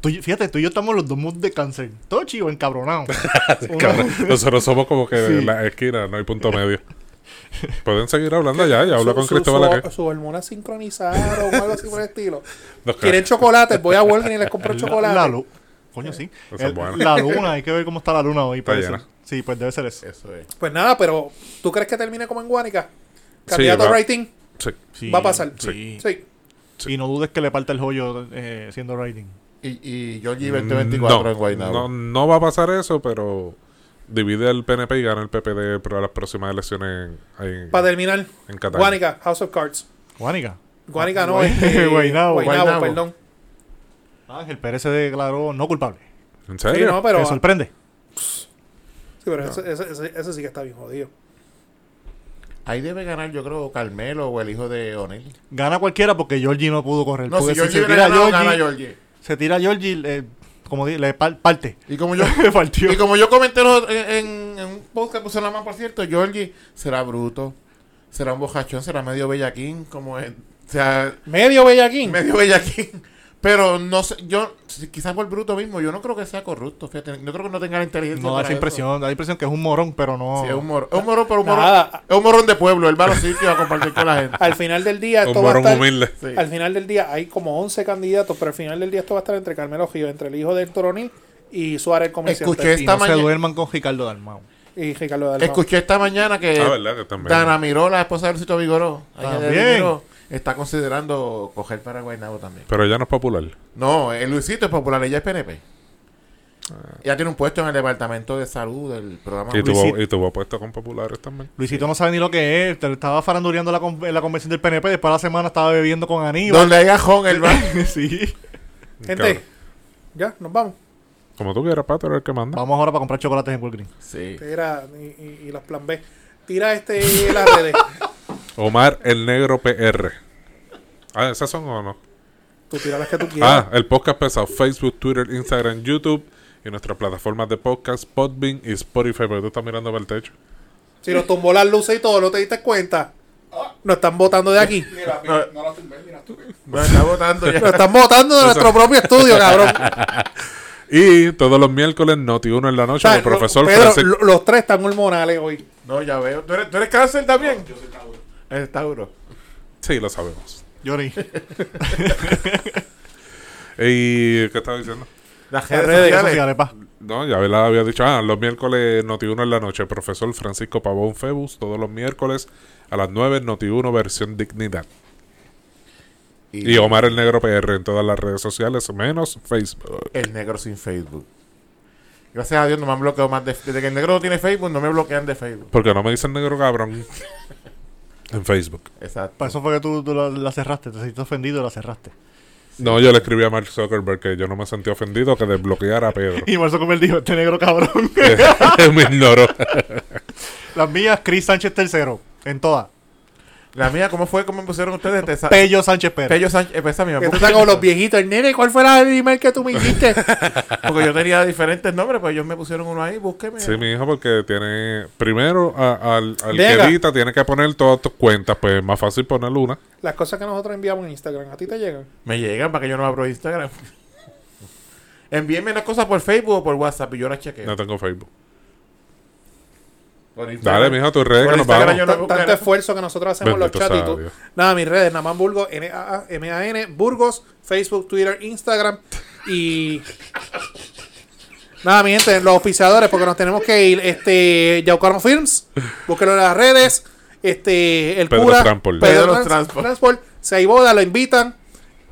S3: Tú y- fíjate, tú y yo estamos los dos moods de cáncer. Todo chivo, encabronado. Uno-
S2: Cabrón, Nosotros somos como que
S3: Sí.
S2: en la esquina, no hay punto medio. Pueden seguir hablando allá, ya hablo
S1: Su-
S2: con
S1: su-
S2: Cristóbal
S1: su-
S2: acá.
S1: Sus hormonas sincronizaron o algo así por el estilo.
S2: Nos ca-
S1: Quieren chocolates, voy a Walgreens y les compro
S3: la,
S1: chocolate.
S3: la luz. Coño, sí.
S2: Esa es
S3: El-
S2: buena.
S3: la luna, hay que ver cómo está la luna hoy.
S2: Está
S3: parece.
S2: llena.
S3: Sí, pues debe ser eso.
S4: Eso es.
S1: Pues nada, pero ¿tú crees que termine como en Guánica? Candidato
S2: va.
S1: rating
S2: Sí.
S3: Sí,
S1: va a pasar.
S3: Sí.
S1: Sí.
S3: Y no dudes que le parte el joyo eh, siendo writing.
S4: Y, y yo llevé el
S3: Mm,
S4: 24 en Guaynabo.
S2: Mm, no, no va a pasar eso, pero divide el PNP y gana el PPD para las próximas elecciones en, en,
S1: Para terminar,
S2: en Cataño.
S1: Guánica, House of Cards.
S3: Guánica.
S1: Guánica no,
S3: Guay-
S1: este,
S3: Guaynabo,
S4: Guaynabo.
S1: perdón.
S3: Ángel Pérez se declaró no culpable.
S2: ¿En
S1: Sí,
S2: serio?
S1: no, pero, ah,
S3: Te sorprende.
S1: sí, pero ese, ese- ese- ese sí que está bien jodido.
S4: Ahí debe ganar, yo creo, Carmelo o el hijo de O'Neill.
S3: Gana cualquiera porque Georgie no pudo correr.
S4: No,
S3: Porque
S4: si yo
S3: se
S4: hubiera
S3: tira
S4: ganado,
S3: Georgie,
S4: gana Georgie.
S3: se tira Georgie, le- como di- le par- parte.
S4: Y como yo,
S3: Le partió.
S4: y como yo comenté los- en, en- en un podcast que puse la mano, por cierto, Georgie será bruto, será un bojachón, será medio bellaquín, como es. O sea,
S1: Medio Bellaquín.
S4: medio bellaquín. Pero no sé, yo, si- quizás por bruto mismo, yo no creo que sea corrupto. Fíjate, yo creo que no tenga la inteligencia.
S3: No da
S4: para
S3: esa
S4: eso.
S3: impresión, da la impresión que es un morón, pero no.
S4: Sí, es un morón. Es un morón, pero un morón.
S1: Nada.
S4: Es un morón de pueblo. Él va a los sitios a compartir con la gente.
S1: Al final del día,
S2: Un
S1: esto va a
S2: morón
S1: estar.
S2: humilde.
S4: Sí.
S1: Al final del día hay como 11 candidatos, pero al final del día esto va a estar entre Carmelo Gio, entre el hijo de Héctor O'Neill y Suárez el comerciante.
S4: Escuché
S3: y
S4: esta
S3: no se
S4: mañana.
S3: duerman con Ricardo Dalmau.
S1: Y Ricardo Dalmau.
S4: Escuché esta mañana que
S2: Ah, verdad, que también.
S4: Dana Miró, la esposa de Luisito Vigoró, ella de
S3: También.
S4: Vigoró, está considerando coger para Guaynabo también.
S2: Pero ya no es popular.
S4: No, el Luisito es popular, ella es PNP.
S1: Ah.
S4: Ella tiene un puesto en el departamento de salud del programa.
S2: Y
S3: Luisito.
S2: tuvo, y tuvo puesto con populares también.
S3: Luisito no sabe ni lo que es. Te lo estaba farandureando la con- en la convención del PNP. Después de la semana estaba bebiendo con Aníbal.
S4: Donde hay gajón, él va.
S3: sí.
S1: Gente,
S2: Cabrón.
S1: ya, nos vamos.
S2: Como tú quieras, Pato, eres el que manda.
S3: Vamos ahora para comprar chocolates en Walgreens.
S4: Sí.
S1: Tira, y, y- y las plan B. Tira este las redes.
S2: Omar el Negro PR. Ah, ¿esas son o no?
S1: Tú tira las que tú quieras.
S2: Ah, el podcast pesado. Facebook, Twitter, Instagram, YouTube. Y nuestras plataformas de podcast, Podbean y Spotify. Pero tú estás mirando para el techo.
S1: Si nos tumbó las luces y todo, ¿no te diste cuenta? Nos están botando de aquí.
S6: Mira, mira, no la tumbé, mira, tú.
S4: Bueno, está votando ya.
S1: Nos están botando de nuestro propio estudio, cabrón.
S2: Y todos los miércoles, Noti1 en la noche,
S1: O sea,
S2: con el profesor
S1: lo- Pedro,
S2: Francis-
S1: lo- los tres están hormonales hoy.
S4: No, ya veo. ¿Tú eres, tú eres cáncer también? Yo soy Tauro. Eres Tauro.
S2: Sí, lo sabemos.
S3: Johnny.
S2: ¿Y qué estaba diciendo?
S4: Las redes,
S3: Las redes
S4: sociales.
S3: sociales, pa.
S2: No, ya la había dicho. Ah, los miércoles Noti1 en la noche. Profesor Francisco Pavón Febus. Todos los miércoles a las 9, Noti1 versión Dignidad. Y Omar el Negro PR en todas las redes sociales, menos Facebook.
S4: El negro sin Facebook. Gracias a Dios no me han bloqueado más. De, desde que el negro no tiene Facebook, no me bloquean de Facebook.
S2: Porque no me dicen negro cabrón en Facebook.
S4: Exacto.
S3: Para eso fue que tú, tú la, la cerraste, te sentiste ofendido y la cerraste.
S2: No, yo le escribí a Mark Zuckerberg que yo no me sentí ofendido que desbloqueara a Pedro.
S3: Y Marzo como él dijo, este negro cabrón.
S2: me ignoró.
S3: Las mías, Chris Sánchez III, en todas.
S4: La mía, ¿cómo fue? ¿Cómo me pusieron ustedes? Te sa-
S3: Pello Sánchez Pérez.
S4: Pello Sánchez. eh, pues esa misma,
S1: Que tú
S4: porque-
S1: estás como los viejitos. Nene, ¿cuál fue la email que tú me hiciste?
S4: Porque yo tenía diferentes nombres, pues ellos me pusieron uno ahí, búsqueme.
S2: Sí, mi hijo, porque tiene. Primero, a- al, al que
S1: Venga.
S2: edita, tiene que poner todas tus cuentas. Pues es más fácil poner una.
S1: Las cosas que nosotros enviamos en Instagram, ¿a ti te llegan?
S4: Me llegan para que yo no abro Instagram. Envíenme las cosas por Facebook o por WhatsApp y yo las chequeo.
S2: No tengo Facebook.
S4: Eh, Por Instagram.
S2: Dale, mi hijo, tus redes
S4: Por
S2: que nos
S4: Instagram
S2: vamos.
S4: yo no
S1: Tan-
S4: busco
S1: tanto
S4: nada.
S1: esfuerzo que nosotros hacemos
S2: Bendito
S1: los
S2: sea
S1: chats y tú.
S2: Dios.
S1: Nada, mis redes, Naman Burgos, N-A-A-M-A-N, Burgos, Facebook, Twitter, Instagram y. Nada, mi gente, los auspiciadores, porque nos tenemos que ir. Este, Yaucarmo Films, búsquenlo en las redes. Este, el
S2: Pedro
S1: cura,
S2: Transport.
S4: Pedro
S1: Pedro Trans-
S4: Transport.
S1: Transport. Seiboda, lo invitan.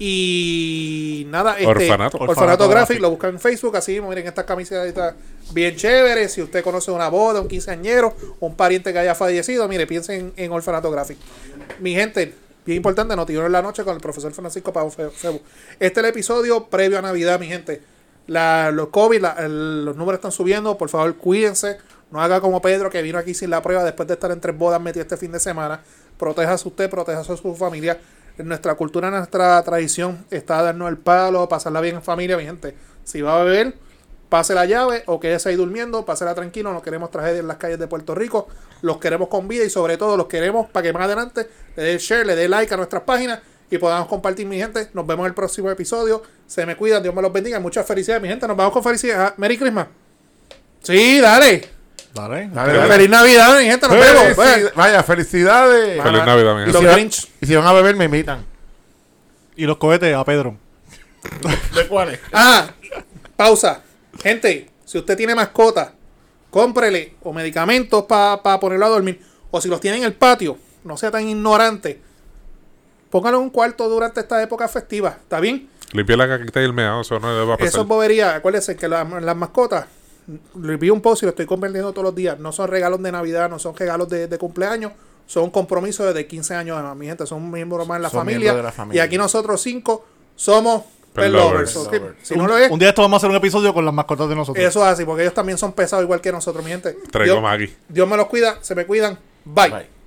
S1: Y nada, este,
S2: Orfanato.
S3: Orfanato
S1: Orfanato
S3: Graphic.
S1: Graphic, lo buscan en Facebook, así mismo, miren estas camisetas bien chéveres. Si usted conoce una boda, un quinceañero, un pariente que haya fallecido, mire, piensen en Orfanato Graphic. Mi gente, bien importante, Noticiero en la noche con el profesor Francisco Pavo Fe- Febo. Este es el episodio previo a Navidad, mi gente. La, los COVID, la- el- los números están subiendo, por favor, cuídense. No haga como Pedro que vino aquí sin la prueba después de estar en tres bodas metido este fin de semana. Protéjase usted, protéjase a su familia. Nuestra cultura, nuestra tradición está a darnos el palo, pasarla bien en familia, mi gente. Si va a beber, pase la llave o quédese ahí durmiendo, pásela tranquilo, no queremos tragedias en las calles de Puerto Rico, los queremos con vida y sobre todo los queremos para que más adelante le dé share, le dé like a nuestras páginas y podamos compartir, mi gente. Nos vemos en el próximo episodio. Se me cuidan, Dios me los bendiga. Muchas felicidades, mi gente. Nos vamos con felicidad. Ah, Merry Christmas. Sí, dale.
S3: Dale.
S4: Dale, dale.
S1: Feliz Navidad, mi gente. Nos vemos.
S4: Felici- Vaya, felicidades.
S2: Feliz Navidad, mi
S4: Y
S2: hijo.
S1: Los
S4: si, va-
S1: Grinch.
S4: y si van a beber, me invitan.
S3: Y los cohetes a Pedro.
S4: ¿De cuáles?
S1: Ah, pausa. Gente, si usted tiene mascota, cómprele o medicamentos para ponerlo a dormir. O si los tiene en el patio, no sea tan ignorante. Póngalo en un cuarto durante esta época festiva. ¿Está bien?
S2: Limpié la caquita y el meado, eso no le va a
S1: Eso
S2: pasar.
S1: es bobería. Acuérdense que la- las mascotas, le vi un post y lo estoy convirtiendo todos los días. No son regalos de Navidad, no son regalos de, de cumpleaños, son compromisos desde 15 años además. Mi gente, son miembros más de la,
S4: Son
S1: familia,
S4: miembros de la familia.
S1: Y aquí nosotros cinco somos
S2: Pet
S1: pet
S2: lovers.
S1: lovers. O
S4: Pet
S1: sea,
S4: lovers.
S1: Si no lo es,
S3: Un día esto vamos a hacer un episodio con las mascotas de nosotros.
S1: eso es así, porque ellos también son pesados igual que nosotros, mi gente.
S2: Traigo
S1: Dios,
S2: Maggie.
S1: Dios me los cuida, se me cuidan. Bye.
S4: Bye.